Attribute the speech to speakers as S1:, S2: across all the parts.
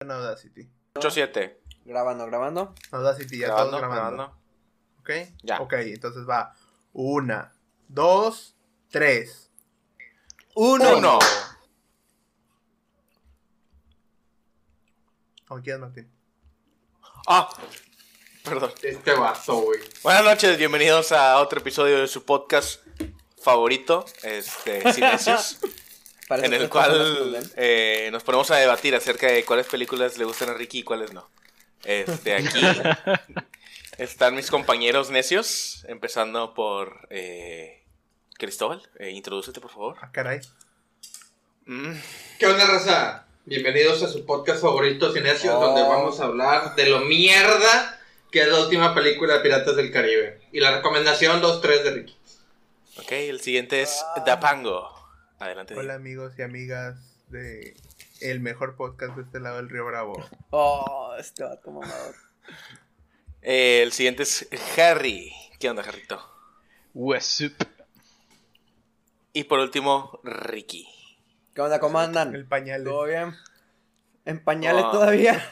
S1: en Audacity.
S2: 8-7.
S3: Grabando, grabando.
S1: Audacity, ya
S2: Grabando,
S1: todos grabando.
S2: grabando.
S1: ¿Ok?
S2: Ya.
S1: Ok, entonces va. Una, dos, tres.
S2: Uno.
S1: ¿Cómo quieres, Martín?
S2: Ah, perdón.
S4: Este vaso, güey.
S2: Buenas noches, bienvenidos a otro episodio de su podcast favorito, este, Silencios,
S3: Parece
S2: en
S3: que
S2: el
S3: estas personas que nos
S2: cual
S3: ven.
S2: eh, nos ponemos a debatir acerca de cuáles películas le gustan a Ricky y cuáles no. Este, aquí están mis compañeros necios, empezando por eh, Cristóbal. Eh, introdúcete, por favor.
S1: Ah, caray.
S2: Mm,
S4: ¿Qué onda, raza? Bienvecidos a su podcast favorito, Cinecio,
S3: Oh.
S4: donde vamos a hablar de lo mierda que es la última película de Piratas del Caribe. Y la recomendación 2-3 de Ricky.
S2: ok, el siguiente es Dapango. Adelante.
S1: Hola, amigos y amigas de el mejor podcast de este lado del Río Bravo.
S3: Oh, este vato mamador.
S2: Eh, el siguiente es Harry. ¿Qué onda, Jarrito?
S5: Wesup.
S2: Y por último, Ricky.
S3: ¿Qué onda? ¿Cómo
S1: El
S3: andan?
S1: pañal.
S3: ¿Todo bien? ¿En pañales
S2: Oh.
S3: todavía?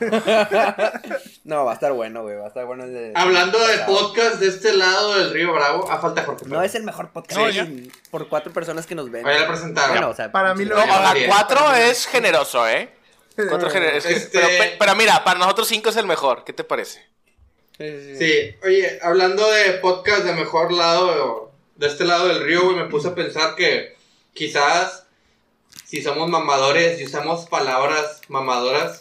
S3: no, va a estar bueno, güey. Va a estar bueno el de...
S4: Hablando de
S3: Ah.
S4: podcast de este lado del Río Bravo, a falta Jorge.
S3: No es el mejor podcast
S2: No, ya.
S3: sin- por cuatro personas que nos ven.
S4: Ahí la presentaron.
S3: Bueno, o sea,
S1: Para mí
S3: sí,
S1: lo-
S2: No,
S3: güey.
S2: o sea,
S4: Bien.
S2: cuatro es generoso, ¿eh? Cuatro gener- es que-
S4: Este-
S2: pero, pe- pero mira, para nosotros cinco es el mejor. ¿Qué te parece?
S3: Sí, sí, sí.
S4: Sí, oye, hablando de podcast de mejor lado, de este lado del río, güey, me puse a pensar que quizás si somos mamadores y usamos palabras mamadoras,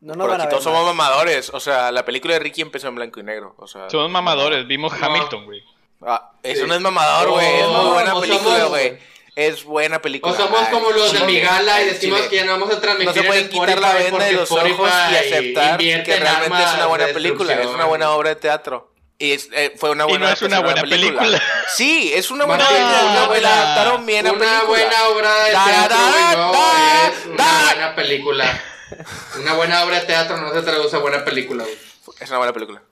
S3: No nos
S2: Pero
S3: van a
S2: aquí
S3: ver
S2: todos
S3: más.
S2: somos mamadores. O sea, la película de Ricky empezó en blanco y negro. O sea,
S5: Somos mamadores, vimos
S4: No.
S5: Hamilton, güey.
S2: ah, eso
S4: Sí.
S2: no es mamador, güey. es
S4: No,
S2: muy buena
S4: o
S2: película,
S4: somos-
S2: güey. Es buena película.
S4: o somos
S2: Ay,
S4: como los de
S2: chile,
S4: Migala y
S2: ay,
S4: decimos
S2: chile.
S4: que ya no vamos a transmitir
S2: No se pueden
S4: en
S2: quitar la
S4: Spotify
S2: venda de
S4: porque
S2: los ojos y
S4: Spotify
S2: aceptar que
S4: invierte en
S2: realmente es
S4: armas
S2: una buena
S4: de
S2: película, es una buena obra de teatro. Y es- eh, fue una
S5: Y
S2: buena
S5: no es una buena película.
S2: Sí, es una buena
S4: No,
S2: película. una
S5: no,
S2: buena-
S5: no.
S2: adaptaron bien a
S4: destrucción.
S2: película.
S4: Una buena obra de
S2: Da,
S4: teatro,
S2: da,
S4: güey,
S2: da,
S4: no, es una
S2: da.
S4: buena película. Una buena obra de teatro no se traduce a buena película, güey.
S2: Es una buena película.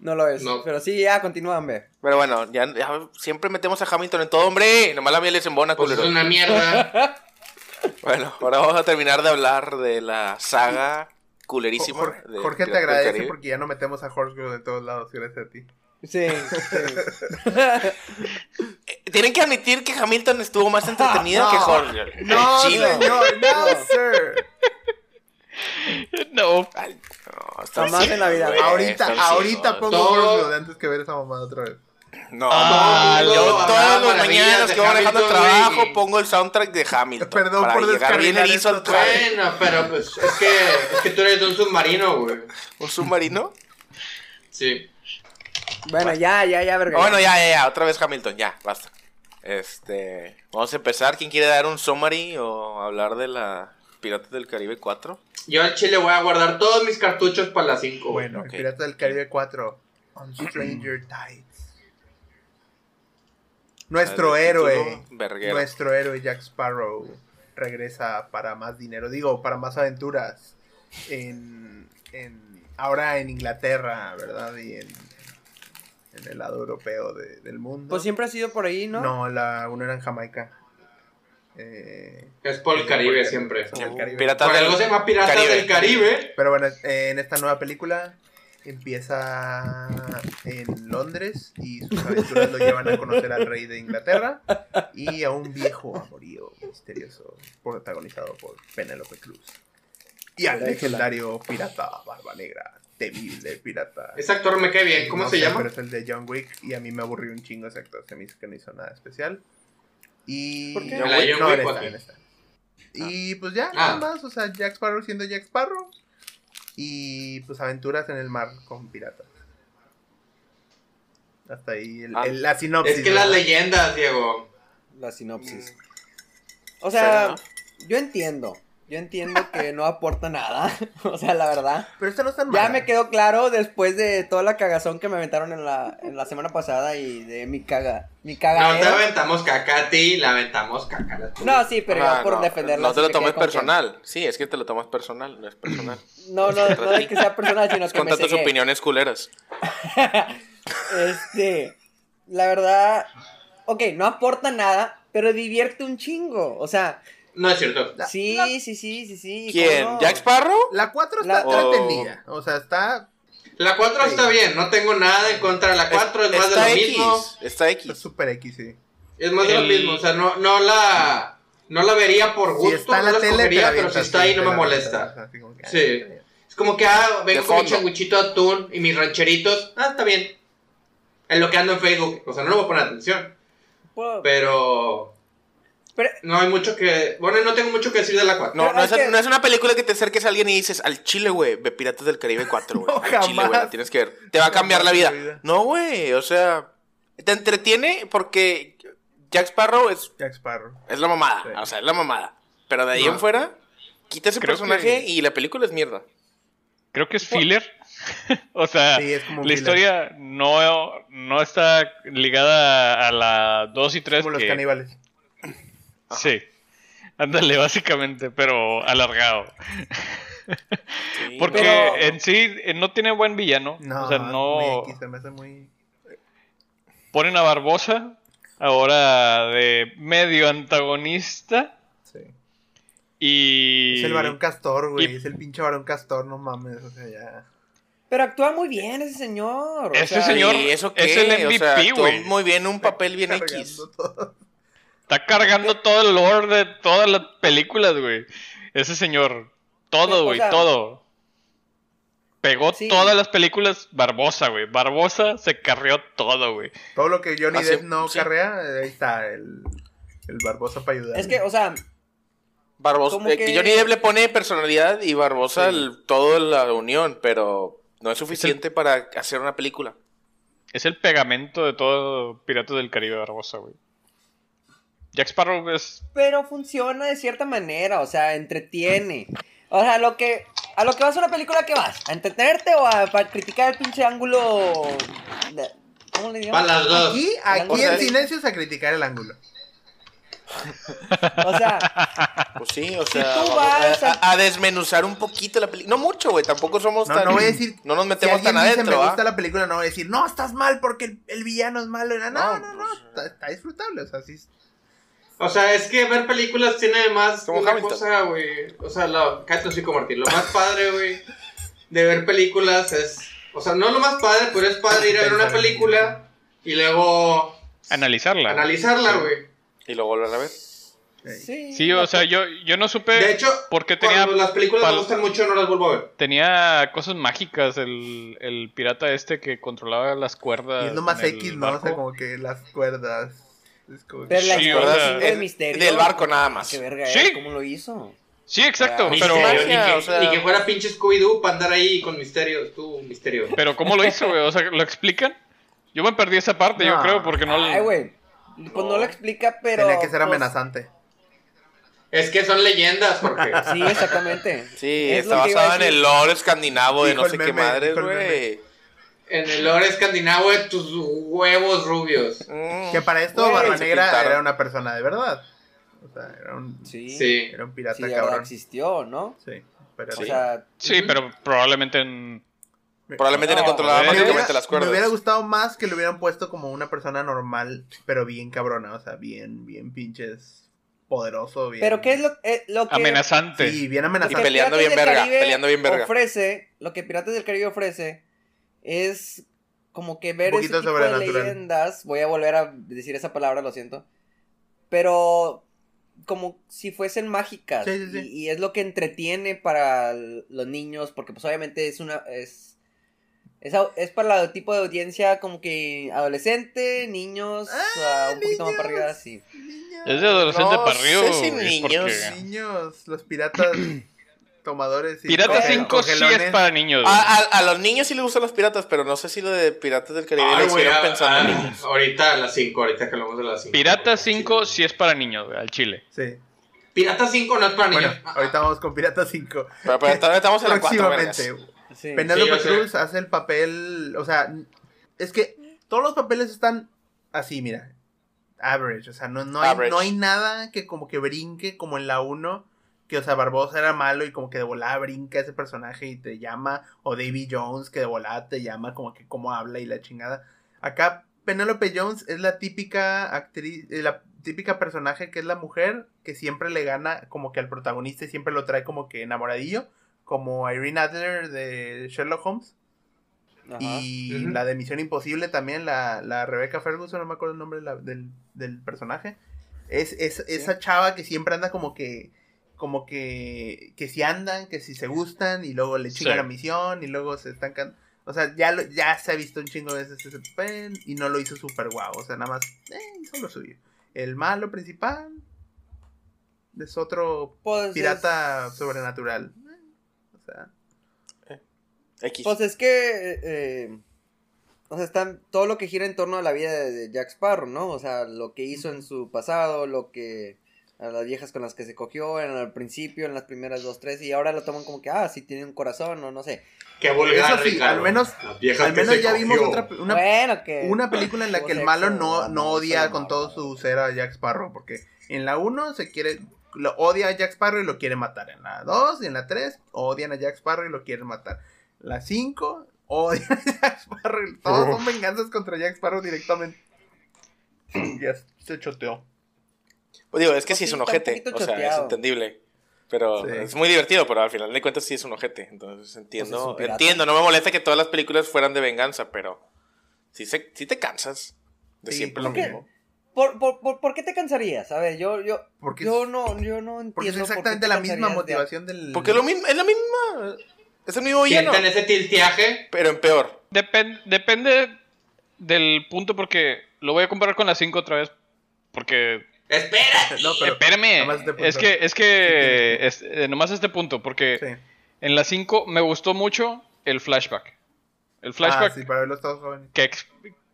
S3: No lo es.
S4: No.
S3: Pero sí, ya, continúan, ve.
S2: Pero bueno, ya, ya siempre metemos a Hamilton en todo, hombre. Nomás la miel les embona,
S4: Pues es
S2: Ah, culero.
S4: una mierda.
S2: Bueno, ahora vamos a terminar de hablar de la saga culerísima.
S1: Jorge,
S2: de
S1: Jorge te
S2: Piratas del
S1: agradece
S2: Caribe.
S1: porque ya no metemos a Jorge de todos lados, gracias a ti.
S3: Sí, sí.
S2: Eh, Tienen que admitir que Hamilton estuvo más entretenido
S3: No.
S2: que Jorge. El chile.
S1: señor, no, sir.
S5: No.
S2: Ay, no, están
S3: Jamás en la vida.
S2: ciegos, güey,
S1: Ahorita,
S2: están
S1: ahorita
S2: ciegos.
S1: pongo
S4: Todo-
S1: Gordo de antes que ver esa mamada otra vez.
S2: No,
S5: Ah,
S2: yo
S4: todo,
S2: todas
S4: hablaba
S2: las
S4: maravillas
S2: mañanas
S4: de
S2: que voy manejando el
S4: Hamilton,
S2: trabajo
S4: güey.
S2: pongo el soundtrack de Hamilton.
S1: Perdón
S2: para
S1: por
S2: llegar bien
S1: descarrilar
S2: erizo al
S1: esto,
S2: traje.
S4: bueno, pero pues es que, es que tú eres de un submarino, güey.
S2: ¿Un submarino?
S4: Sí.
S3: Bueno, ya, ya, ya, verga.
S2: Ah, Bueno, ya, ya, ya, otra vez Hamilton, ya, basta. Este, vamos a empezar. ¿Quién quiere dar un summary o hablar de la Piratas del Caribe 4?
S4: Yo al chile voy a guardar todos mis cartuchos para las 5.
S1: Bueno,
S2: ok.
S1: el Pirata del Caribe 4, On Stranger Tides. Nuestro
S2: El título,
S1: héroe,
S2: Verguero.
S1: nuestro héroe Jack Sparrow regresa para más dinero, digo, para más aventuras. En, en- ahora en Inglaterra, ¿verdad? Y en, en el lado europeo de- del mundo.
S3: Pues siempre ha sido por ahí, ¿no?
S1: ¿no? la, uno era en Jamaica. Eh,
S4: Es por el Caribe siempre.
S1: del Caribe.
S2: Piratas
S4: Por
S2: del-
S4: algo se llama Piratas
S2: Caribe.
S4: del Caribe.
S1: Pero bueno, eh, en esta nueva película empieza en Londres y sus aventuras lo llevan a conocer al rey de Inglaterra y a un viejo amorío misterioso protagonizado por Penélope Cruz y al
S3: Dracula.
S1: legendario pirata Barba Negra, temible pirata.
S4: Ese actor me cae bien. Eh, ¿Cómo
S1: No
S4: se
S1: sé,
S4: llama?
S1: Pero es el de John Wick y a mí me aburrió un chingo ese actor, se me hizo que no hizo nada especial. Y
S3: ¿Por qué?
S4: ¿La de John
S1: no,
S4: Wick
S1: en
S4: o
S1: esta,
S4: aquí?
S1: en esta. Y pues ya, nada
S4: Ah.
S1: más, o sea, Jack Sparrow siendo Jack Sparrow y pues aventuras en el mar con piratas. Hasta ahí el-
S2: Ah.
S1: el- la sinopsis.
S4: Es que las
S1: ¿verdad?
S4: leyendas, Diego.
S3: La sinopsis.
S2: Mm,
S3: O sea,
S2: Pero
S3: yo entiendo. Yo entiendo que no aporta nada. O sea, la verdad.
S1: Pero esta no es tan
S3: Ya
S1: mala.
S3: me quedó claro después de toda la cagazón que me aventaron en la, en la semana pasada y de mi caga. Mi
S4: No te
S3: cagadera.
S4: aventamos caca a ti, la aventamos caca a la tuya.
S3: No, sí, pero
S2: Ah,
S3: yo por
S2: no,
S3: defenderla.
S2: No te
S3: sí
S2: lo
S3: me
S2: tomes
S3: quedé con
S2: personal. Sí, es que te lo tomas personal, no es personal.
S3: que- No, no, no es que sea personal, sino que me
S2: Conta tus
S3: cegué.
S2: opiniones culeras.
S3: Este, la verdad, ok, no aporta nada, pero divierte un chingo. O sea,
S4: No es cierto.
S1: La-
S3: Sí,
S1: la-
S3: sí, sí, sí, sí.
S2: ¿Quién?
S3: ¿cómo no?
S2: ¿Jack Sparrow?
S1: La 4 está
S3: La-
S2: Oh.
S1: entretenida. O sea, está
S4: La 4
S1: Sí.
S4: está bien, no tengo nada en contra. La 4 es, más de lo
S2: está X.
S4: mismo.
S2: Está
S1: está
S2: X.
S1: súper X, sí.
S4: Es más de lo
S5: El-
S4: mismo. O sea, no, no la. No la vería por
S1: Si
S4: gusto,
S1: está en la
S4: no la
S1: tele, te
S4: escogería,
S1: la
S4: pero si
S1: avientas,
S4: está
S1: sí,
S4: ahí no
S1: te
S4: me
S1: la avientas,
S4: molesta.
S1: así como que, ah,
S4: Sí.
S1: está bien.
S4: Es como que, ah,
S2: De
S4: vengo con mi
S2: fondo.
S4: changuchito de atún y mis rancheritos. Ah, está bien. Es lo que ando en Facebook. O sea, no le voy a poner atención.
S3: Puedo-
S4: Pero.
S3: Pero-
S4: No hay mucho que. Bueno, no tengo mucho que decir de la 4.
S2: No,
S3: Pero
S2: no
S3: es
S2: es,
S3: que-
S2: no es una película que te acerques a alguien y dices, al Chile, güey, ve Piratas del Caribe 4, güey.
S1: No,
S2: al Chile, güey, la
S1: jamás.
S2: tienes que ver. Te va a cambiar la
S1: Jamás
S2: vida.
S1: en la vida.
S2: No, güey, o sea, te entretiene porque Jack Sparrow es,
S1: Jack Sparrow.
S2: es la mamada.
S1: Sí.
S2: O sea, es la mamada. Pero de ahí
S4: No.
S2: en fuera, quita ese
S5: Creo
S2: personaje
S5: que-
S2: y la película es mierda.
S5: Creo que es filler. o sea,
S1: Sí, es como un
S5: Ah, la
S1: filler.
S5: historia no, no está ligada a la 2 y 3.
S1: Como los
S5: que,
S1: caníbales.
S5: sí. Ándale, básicamente, pero alargado.
S2: Sí,
S5: Porque
S3: Pero-
S5: en sí eh, no tiene buen villano.
S1: No,
S5: o sea,
S1: muy
S5: no.
S1: X, se me hace muy.
S5: Ponen a Barbosa ahora de medio antagonista
S1: Sí.
S5: y.
S1: Es el varón castor, güey.
S5: y-
S1: Es el pinche varón castor, no mames. O sea, ya.
S3: Pero actúa muy bien ese señor. o
S5: Ese
S3: sea,
S5: señor-
S2: Sí, eso
S5: es
S2: qué,
S5: el
S2: o sea,
S5: MVP,
S2: actuó
S5: güey.
S2: Muy bien, un papel bien
S1: Cargando
S2: X.
S1: todo.
S5: Está cargando todo el lore de todas las películas, güey. Ese señor.
S3: Pero,
S5: Todo,
S3: o
S5: güey,
S3: sea-
S5: todo. Pegó
S3: Sí.
S5: todas las películas Barbosa, güey. Barbosa se carrió todo, güey.
S1: Todo lo que Johnny
S2: Así-
S1: Depp no
S2: sí.
S1: carrea, eh, ahí está el, el Barbosa para ayudar.
S3: Es que, o sea,
S2: Barbosa,
S3: Como
S2: eh,
S3: que-
S2: que Johnny Depp le pone personalidad y Barbosa
S1: Sí.
S2: el- todo la unión, pero no es suficiente para hacer una película.
S5: Es el pegamento de todo Piratas del Caribe Barbosa, güey. Jack Sparrow es.
S3: pero funciona de cierta manera, o sea, entretiene. O sea, lo que, a lo que vas a una película, ¿qué vas? ¿A entretenerte o a para criticar el pinche ángulo? de- ¿Cómo le
S4: Para
S3: digamos?
S4: las dos.
S1: Aquí,
S3: O
S1: aquí
S2: sea,
S1: en silencio es a criticar el ángulo.
S3: O sea,
S2: Pues sí, o sea,
S3: tú
S2: vamos
S3: vas
S2: a,
S3: a-
S2: a- a desmenuzar un poquito la película. No mucho, güey, tampoco somos
S1: No,
S2: tan...
S1: no voy a decir-
S2: No nos
S1: Si
S2: metemos
S1: alguien
S2: tan
S1: dice
S2: adentro,
S1: me
S2: ¿va?
S1: gusta la película, no voy a decir, no, estás mal porque el, el villano es malo. No,
S2: No,
S1: no, no,
S2: pues,
S1: está, está disfrutable. O sea, sí,
S4: O sea, es que ver películas tiene más
S2: Como
S4: una
S2: Hamilton.
S4: cosa, güey. O sea, lo, cállate hocico, Martín. Lo más padre, güey, de ver películas es. O sea, no lo más padre, pero es padre ir a ver una
S1: Pensar en-
S4: película y luego
S5: Analizarla.
S4: analizarla, güey.
S2: Y lo volver a ver.
S1: sí.
S3: sí.
S5: Sí, o sea, yo, yo no supe
S4: De hecho,
S5: por qué tenía,
S4: cuando las películas
S5: pal-
S4: me gustan mucho, no las vuelvo a ver.
S5: tenía cosas mágicas el, el pirata este que controlaba las cuerdas.
S1: Y es nomás
S5: en el
S1: X, ¿no? O sea,
S5: barco.
S1: como que las cuerdas. Es como que-
S3: Pero la
S5: Sí, o
S3: historia
S5: sea,
S3: sí,
S2: es-
S3: del misterio. Ah,
S2: del barco nada más.
S3: Qué verga,
S5: Sí.
S3: es, ¿cómo lo hizo?
S5: Sí, exacto,
S3: Ah,
S5: pero,
S4: Misterio, ni,
S2: magia,
S4: que,
S2: o sea-
S4: ni que fuera pinche Scooby-Doo para andar ahí con misterios, tú, misterio.
S5: pero ¿cómo lo hizo, güey? O sea, ¿lo explican? Yo me perdí esa parte, yo
S1: No.
S5: creo, porque no...
S3: Ay, güey. Pues no lo explica, pero.
S1: Tenía que ser
S3: pues,
S1: amenazante.
S4: Es que son leyendas, porque.
S3: Sí, exactamente.
S2: Sí,
S3: Es
S2: está
S3: lo que iba a
S2: basado en
S3: decir.
S2: el lore escandinavo de
S1: Dijo
S2: no
S1: el
S2: sé qué
S1: meme,
S2: madres,
S1: dijo el
S2: güey.
S4: En el lore escandinavo de tus huevos rubios.
S2: Mm.
S1: Que para esto
S3: Güey,
S1: Barba
S2: se
S1: Negra
S2: pintaron.
S1: era una persona de verdad. O sea, era un,
S3: Sí.
S4: Sí.
S1: era un pirata
S3: Sí, de verdad
S1: cabrón.
S3: existió, ¿no?
S1: Sí, pero
S3: O
S1: sí.
S3: sea,
S5: Sí, pero probablemente en...
S1: Me-
S2: Probablemente no,
S3: No,
S2: controlaba
S5: me hubiera-
S2: mágicamente las
S1: Me hubiera
S2: cuerdas.
S1: gustado más que lo hubieran puesto como una persona normal, pero bien cabrona. O sea, bien, bien pinches poderoso. Bien,
S3: pero ¿qué es lo, eh, lo que.
S5: Amenazante.
S1: Sí, bien
S3: lo
S2: Y
S3: que
S1: amenazante.
S2: peleando
S3: Piratas
S2: bien
S3: del
S2: verga,
S3: Caribe
S2: peleando bien verga.
S3: Ofrece, lo que Piratas del Caribe ofrece es como que ver
S1: Un
S3: ese
S1: poquito
S3: tipo de
S1: sobrenatural.
S3: leyendas. Voy a volver a decir esa palabra, lo siento. Pero como si fuesen mágicas.
S1: Sí, sí, sí.
S3: Y, y es lo que entretiene para l- los niños, porque pues obviamente es una. es es, au- es para el tipo de audiencia como que adolescente, niños,
S1: Ah,
S3: ah, un poquito más para arriba,
S1: niños.
S3: sí.
S1: Niños.
S5: Es de adolescente
S2: No
S5: para arriba,
S2: sé si
S5: güey,
S2: niños,
S5: porque-
S2: sí.
S1: Niños, los piratas tomadores. y
S5: Pirata
S1: conge-
S5: 5 sí es
S1: congelones.
S5: para niños. güey.
S2: A, a- a los niños sí les gustan los piratas, pero no sé si lo de Piratas del Caribe lo
S4: Ay, güey,
S2: hicieron
S4: ah,
S2: pensando en
S4: ah,
S2: niños.
S4: Ahorita a las 5, ahorita que hablamos de las 5.
S5: Pirata 5 sí es para niños, güey, al chile.
S1: Sí.
S4: Pirata 5 no es para
S1: Bueno,
S4: niños. Ah,
S1: ahorita vamos con Pirata 5.
S2: Pero, pero todavía estamos en la cuatro, vergas.
S1: Próximamente.
S3: sí.
S4: Sí,
S1: Penélope
S4: yo sé.
S1: Cruz hace el papel, o sea, es que todos los papeles están así, mira, average, o sea, no, no, hay,
S2: Average.
S1: no hay nada que como que brinque como en la 1, que o sea, Barbosa era malo y como que de volada brinca ese personaje y te llama, o Davy Jones que de volada te llama como que cómo habla y la chingada. Acá Penélope Jones es la típica actriz, eh, la, típica personaje que es la mujer que siempre le gana como que al protagonista y siempre lo trae como que enamoradillo, como Irene Adler de Sherlock Holmes.
S3: Ajá.
S1: Y
S4: Ujú.
S1: la de Misión Imposible también, la, la Rebecca Ferguson, no me acuerdo el nombre de la- del, del personaje. Es, es esa chava que siempre anda como que, como que, que si andan, que si se gustan, y luego le chingan
S5: Sí.
S1: la misión, y luego se estancan. O sea, ya, lo- ya se ha visto un chingo de veces ese papel, y no lo hizo súper guau. O sea, nada más, eh, hizo lo suyo. El malo principal es otro
S3: Pues
S1: pirata
S3: es-
S1: sobrenatural. Eh, O sea,
S2: X.
S3: Pues es que. eh, eh, o sea, está todo lo que gira en torno a la vida de, de Jack Sparrow, ¿no? O sea, lo que hizo en su pasado, lo que. A las viejas con las que se cogió en, al principio, en las primeras dos, tres, y ahora lo toman como que, ah, sí tiene un corazón, o no sé.
S4: Qué vulgar,
S1: Eso sí,
S4: Ricardo.
S1: al menos-
S4: Las viejas
S1: al
S4: que
S1: menos
S4: se
S1: ya vimos
S4: cogió.
S1: otra, una
S3: bueno, que.
S1: Una película en la que el
S3: tuvo
S1: malo
S3: sexo,
S1: no, no
S3: amor,
S1: odia
S3: sexo,
S1: con
S3: amor.
S1: todo su ser a Jack Sparrow, porque en la 1 se quiere, lo odia a Jack Sparrow y lo quiere matar. En la 2 y en la 3 odian a Jack Sparrow y lo quieren matar. La 5 odian a Jack Sparrow. y Todos son venganzas contra Jack Sparrow directamente. ya se choteó.
S2: Pues digo, es que
S3: Pues
S2: sí es
S3: sí,
S2: un
S3: está un
S2: ojete,
S3: poquito
S2: o sea, es
S3: choteado.
S2: entendible. Pero
S1: Sí.
S2: es muy divertido, pero al final de cuentas sí es un ojete. Entonces
S3: Pues es
S2: entiendo,
S3: un pirata.
S2: entiendo, no me molesta que todas las películas fueran de venganza, pero sí, se, sí te cansas de
S1: Sí, pues,
S2: siempre lo
S1: ¿por qué?
S2: mismo.
S3: ¿Por, por, por, por qué te cansarías? A ver, yo, yo,
S1: Porque,
S3: yo
S1: es-
S3: no, yo no entiendo.
S1: porque es
S3: por qué
S1: exactamente
S3: te
S1: la misma
S3: cansarías de-
S1: motivación del...
S2: Porque lo mismo, es la misma, es el mismo lleno,
S4: ¿Sienten ese tilteaje?
S2: pero en peor.
S5: Depen- depende del punto porque lo voy a comparar con la 5 otra vez. Porque...
S4: ¡Espera!
S1: No, pero-
S5: Espérame.
S1: nomás este punto.
S5: Es que, es que... es- eh, nomás este punto, porque
S1: Sí. Ah,
S5: en la 5 me gustó mucho el flashback. El flashback
S1: Ah, sí, para verlos todos jóvenes.
S5: que ex-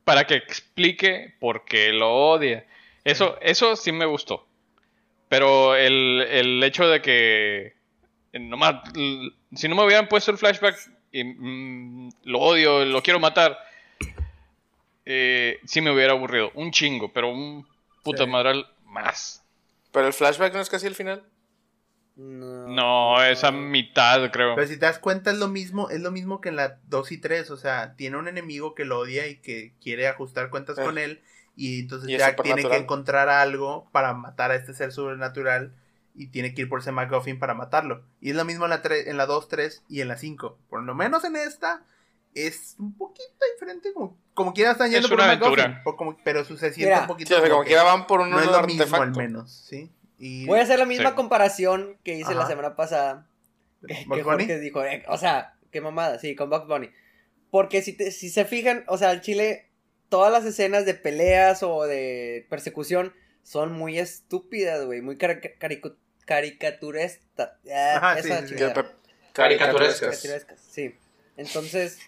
S5: para que explique por qué lo odia. Eso, eso sí me gustó. Pero el, el hecho de que eh, nomás, l- si no me hubieran puesto el flashback y mm, lo odio, lo quiero matar, eh, sí me hubiera aburrido. Un chingo, pero un puto
S1: Sí.
S5: madral más.
S2: Pero el flashback no es casi el final.
S3: No,
S5: No, esa mitad creo.
S1: Pero si te das cuenta es lo mismo, es lo mismo que en la 2 y 3, o sea, tiene un enemigo que lo odia y que quiere ajustar cuentas
S2: Eh.
S1: con él y entonces
S2: Y es
S1: Jack tiene que
S2: supernatural.
S1: encontrar algo para matar a este ser sobrenatural y tiene que ir por ese MacGuffin para matarlo. Y es lo mismo en la tre- en la 2, 3 y en la 5. Por lo menos en esta es un poquito diferente como como quiera están yendo
S5: Es
S1: por
S5: una
S1: un MacGuffin,
S5: aventura.
S1: por como- pero su- se siente
S3: Mira.
S1: un
S2: Sí,
S1: poquito
S2: o sea, como
S1: que
S2: quiera van por un
S1: no es lo mismo al
S2: artefacto.
S1: menos, ¿sí? Y
S3: Voy a hacer la misma
S5: Sí.
S3: comparación que hice la
S1: Ajá.
S3: semana pasada. Que,
S1: Bugs
S3: que
S1: Bunny.
S3: Jorge dijo, eh, o sea, qué mamada, sí, con Bugs Bunny. Porque si, te- si se fijan, o sea, al Chile, todas las escenas de peleas o de persecución son muy estúpidas, güey, muy cari- caricu- caricaturestas. Ah,
S1: Ajá, sí,
S3: esa
S1: sí, sí.
S3: chingada.
S4: Caricaturescas.
S3: Caricaturescas, sí. Entonces,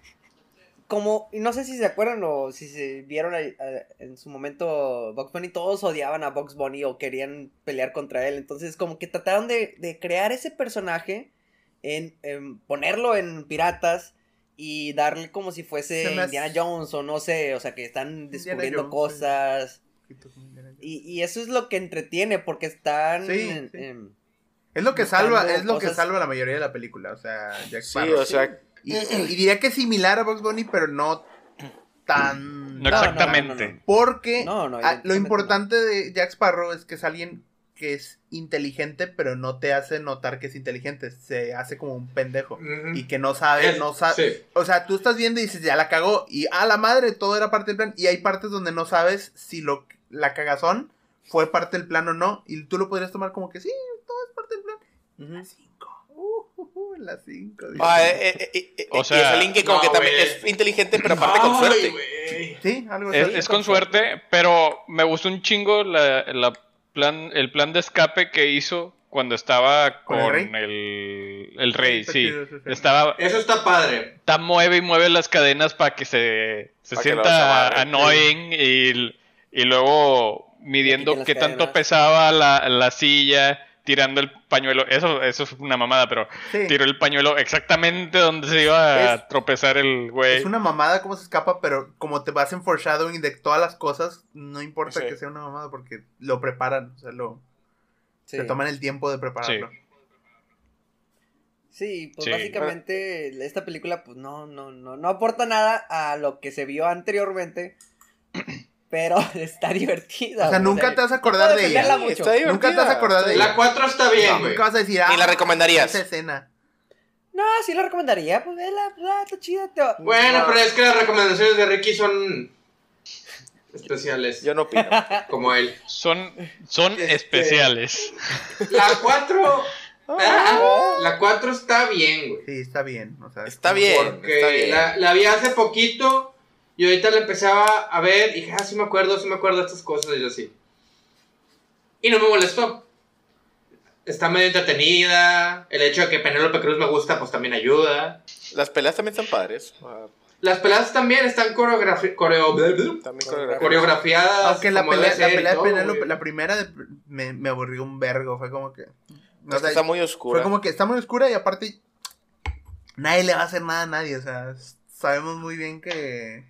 S3: como, y no sé si se acuerdan o si se vieron ahí, eh, en su momento Bugs Bunny, todos odiaban a Bugs Bunny o querían pelear contra él. Entonces, como que trataron de, de crear ese personaje, en, en ponerlo en piratas y darle como si fuese
S1: Se me hace-
S3: Indiana Jones o no sé, o sea, que están descubriendo
S1: Jones, sí.
S3: cosas. Y, y eso es lo que entretiene porque están...
S1: Sí,
S3: en-
S1: sí.
S3: en-
S1: Es lo que salva,
S3: buscando
S1: es lo que
S3: cosas-
S1: salva la mayoría de la película, o sea, Jack
S2: Sí,
S1: Sparrow.
S2: o sea,
S1: y, y diría que es similar a Bugs Bunny, pero no tan...
S3: no, no,
S5: No
S3: no,
S5: exactamente.
S3: no.
S1: Porque
S3: No,
S1: ah,
S3: no, evidentemente
S1: lo
S3: no.
S1: importante de Jack Sparrow es que es alguien que es inteligente, pero no te hace notar que es inteligente, se hace como un pendejo.
S4: Ujú.
S1: Mm. Y que no sabe,
S4: Es-
S1: no sabe...
S4: sí.
S1: O sea, tú estás viendo y dices, ya la cagó. Y a la madre, todo era parte del plan. Y hay partes donde no sabes si lo, la cagazón fue parte del plan o no. Y tú lo podrías tomar como que sí, todo es parte del plan. La 5. Uh, uh, uh, la 5.
S2: ah, eh, eh, eh, eh,
S5: O
S2: y
S5: sea,
S2: es alguien que como
S4: no,
S2: que también
S4: güey.
S2: es inteligente, pero aparte con
S4: Ay,
S2: suerte.
S4: güey.
S1: Sí, algo así.
S5: Es, es con suerte, pero me gustó un chingo la, la plan, el plan de escape que hizo cuando estaba
S1: ¿Con
S5: con,
S1: el
S5: el, el rey,
S1: Está
S5: sí.
S1: chido, sí, sí.
S5: Estaba,
S4: Eso está padre.
S5: está mueve y mueve las cadenas para que se, se
S2: Pa' que lo
S5: sienta
S2: desamarre.
S5: annoying y, y luego
S3: Le
S5: midiendo
S3: quiten
S5: qué
S3: las
S5: tanto
S3: cadenas.
S5: pesaba la, la silla, tirando el pañuelo. Eso, eso es una mamada, pero
S1: Sí.
S5: tiró el pañuelo exactamente donde se iba
S1: Es-
S5: a tropezar el güey.
S1: Es una mamada cómo se escapa, pero como te vas en foreshadowing de todas las cosas, no importa
S2: Sí.
S1: que sea una mamada porque lo preparan. O sea, lo,
S3: Sí.
S1: se toman el tiempo de prepararlo.
S3: Sí, pues
S5: Sí.
S3: básicamente esta película pues no, no, no, no aporta nada a lo que se vio anteriormente, pero está divertida.
S1: O sea,
S3: güey,
S1: nunca te vas a acordar
S3: puedo
S1: de ella.
S3: defenderla mucho.
S2: Está divertida.
S1: Nunca te vas a acordar de
S4: La 4 está bien, güey.
S1: Nunca vas a decir, ah,
S2: Ni la recomendarías.
S1: Esa escena.
S3: No, sí la recomendaría, pues vela, pues, ah, está chida. te va-
S4: Bueno,
S2: No.
S4: pero es que las recomendaciones de Ricky son especiales,
S2: Yo no opino.
S4: como él.
S5: Son, son
S4: Este-
S5: especiales.
S4: La 4... ah, la 4 está bien, güey.
S1: Sí, está bien. O sea,
S2: Está bien,
S4: Porque
S2: está bien.
S4: La, la vi hace poquito y ahorita la empezaba a ver y dije, ah, sí me acuerdo, sí me acuerdo de estas cosas y yo así. Y no me molestó. Está medio entretenida. El hecho de que Penélope Cruz me gusta, pues también ayuda.
S2: Las peleas también están padres. Ah,
S4: Las peleas también están coreografi coreo-
S2: También
S3: Coreografía.
S2: coreografía.
S4: coreografiadas.
S1: Aunque la
S4: como debe
S1: pelea, la
S4: ser y
S1: pelea de
S4: todo,
S1: Penélope,
S4: güey.
S1: la primera de- me, me aburrió un vergo. Fue como que. o
S2: Es que
S1: sea,
S2: está muy
S1: fue
S2: oscura.
S1: como que está muy oscura y aparte. Nadie le va a hacer nada a nadie. O sea, s- sabemos muy bien que.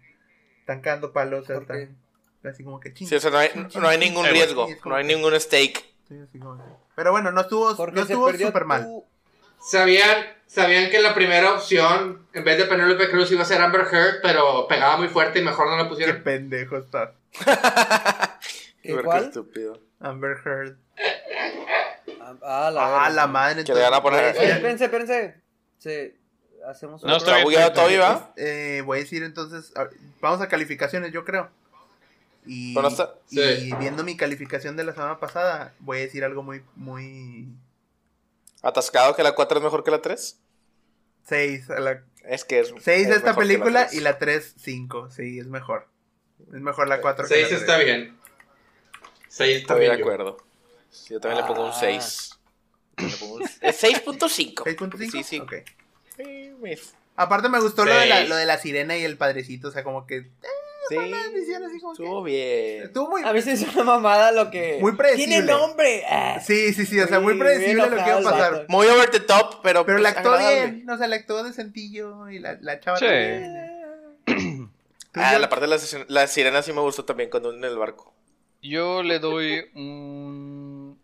S1: Están cagando palos. O sea,
S3: ¿Por qué?
S1: están- Así como que ching.
S2: Sí, o sea, no hay,
S1: ching,
S2: no hay
S1: ching,
S2: ningún
S1: ching.
S2: riesgo.
S1: Sí, es como
S2: No hay
S1: que-
S2: ningún stake.
S1: sí, así como que- Pero bueno, no estuvo,
S3: Porque
S1: no
S3: se
S1: estuvo
S3: perdió
S1: súper mal.
S3: tu-
S4: Sabían, sabían que la primera opción, en vez de Penélope Cruz, iba a ser Amber Heard, pero pegaba muy fuerte y mejor no la
S1: Qué
S4: pusieron.
S1: pendejo está.
S3: ¿Qué
S2: Porque
S3: cuál?
S2: estúpido.
S1: Amber Heard.
S3: Ah, la,
S1: Ah,
S3: verga.
S1: la madre.
S2: Que le van a poner-
S3: Oye,
S1: entonces-
S3: espérense, espérense. Sí, hacemos
S5: No,
S3: otro.
S5: estoy
S2: Está bugueado todavía, ¿va?
S1: Eh, voy a decir entonces, a- vamos a calificaciones, yo creo. Y,
S2: Bueno, está-
S1: y
S4: Sí.
S1: viendo mi calificación de la semana pasada, voy a decir algo muy, muy...
S2: Atascado que la 4 es mejor que la 3.
S1: 6, a la...
S2: Es que es.
S1: 6
S2: es
S1: de esta
S2: mejor que
S1: película
S2: tres.
S1: y la 3, 5. Sí, es mejor. Es mejor
S2: Eh,
S1: la 4.
S4: Seis está bien. Seis está
S2: Estoy
S4: bien.
S2: de
S4: yo.
S2: acuerdo. Yo también le pongo un
S3: Ah.
S2: 6. Le pongo un- Es 6.5.
S1: 6.5.
S2: Sí, sí.
S1: Ok.
S2: Sí, mis-
S1: Aparte me gustó lo de, la,
S4: Seis.
S1: lo de la sirena y el padrecito, o sea, como que...
S2: Sí.
S1: decían así como que-
S2: Estuvo bien.
S1: Estuvo muy...
S3: A mí se hizo una mamada lo que.
S1: Muy predecible.
S3: Tiene nombre. Ah.
S1: Sí, sí, sí, o sea, muy
S3: Muy
S1: predecible lo
S3: bien
S1: que iba a
S3: enojado el
S1: pasar.
S3: vato.
S2: Muy over the top, pero.
S1: Pero
S2: pues,
S1: la actuó
S2: agradable.
S1: bien, o sea, la actuó decentillo y la, la chava
S5: Sí.
S1: también. Tú,
S2: Ah,
S1: Pues yo-
S2: la parte de las la sirena sí me gustó también cuando en el barco.
S5: Yo le doy un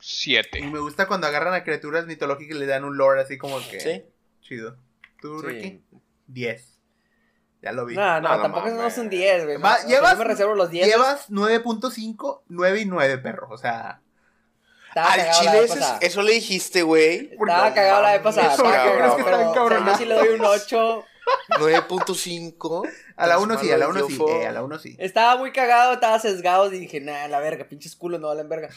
S1: Y
S5: 7.
S1: me gusta cuando agarran a criaturas mitológicas y le dan un lore así como que
S2: Sí.
S1: chido. ¿Tú,
S3: Sí.
S1: Ricky? 10. Ya lo vi.
S3: No, no,
S2: No, no
S3: tampoco
S2: mames.
S3: no es un 10, güey.
S1: Va,
S3: No,
S1: llevas-
S3: Yo me reservo los 10.
S1: Llevas 9.5, 9 y 9, perro. O sea, Ah,
S3: Estaba
S2: Al
S3: cagado la
S2: chile,
S3: vez
S2: eso, es-
S3: pasada.
S2: eso le dijiste, güey.
S3: Estaba cagado la vez pasada.
S1: Eso,
S3: estaba
S2: cabrón,
S3: cagado,
S2: es que
S1: está
S3: pero,
S1: bien
S3: o sea,
S1: cabrón.
S3: yo sí le doy un 8.
S2: 9.5.
S1: a la
S2: Las
S1: 1 sí, a la
S2: manos
S1: 1 sí.
S2: de
S1: eh, a la 1 sí.
S3: Estaba muy cagado, estaba sesgado y dije, nah, la verga, pinches culos no valen verga.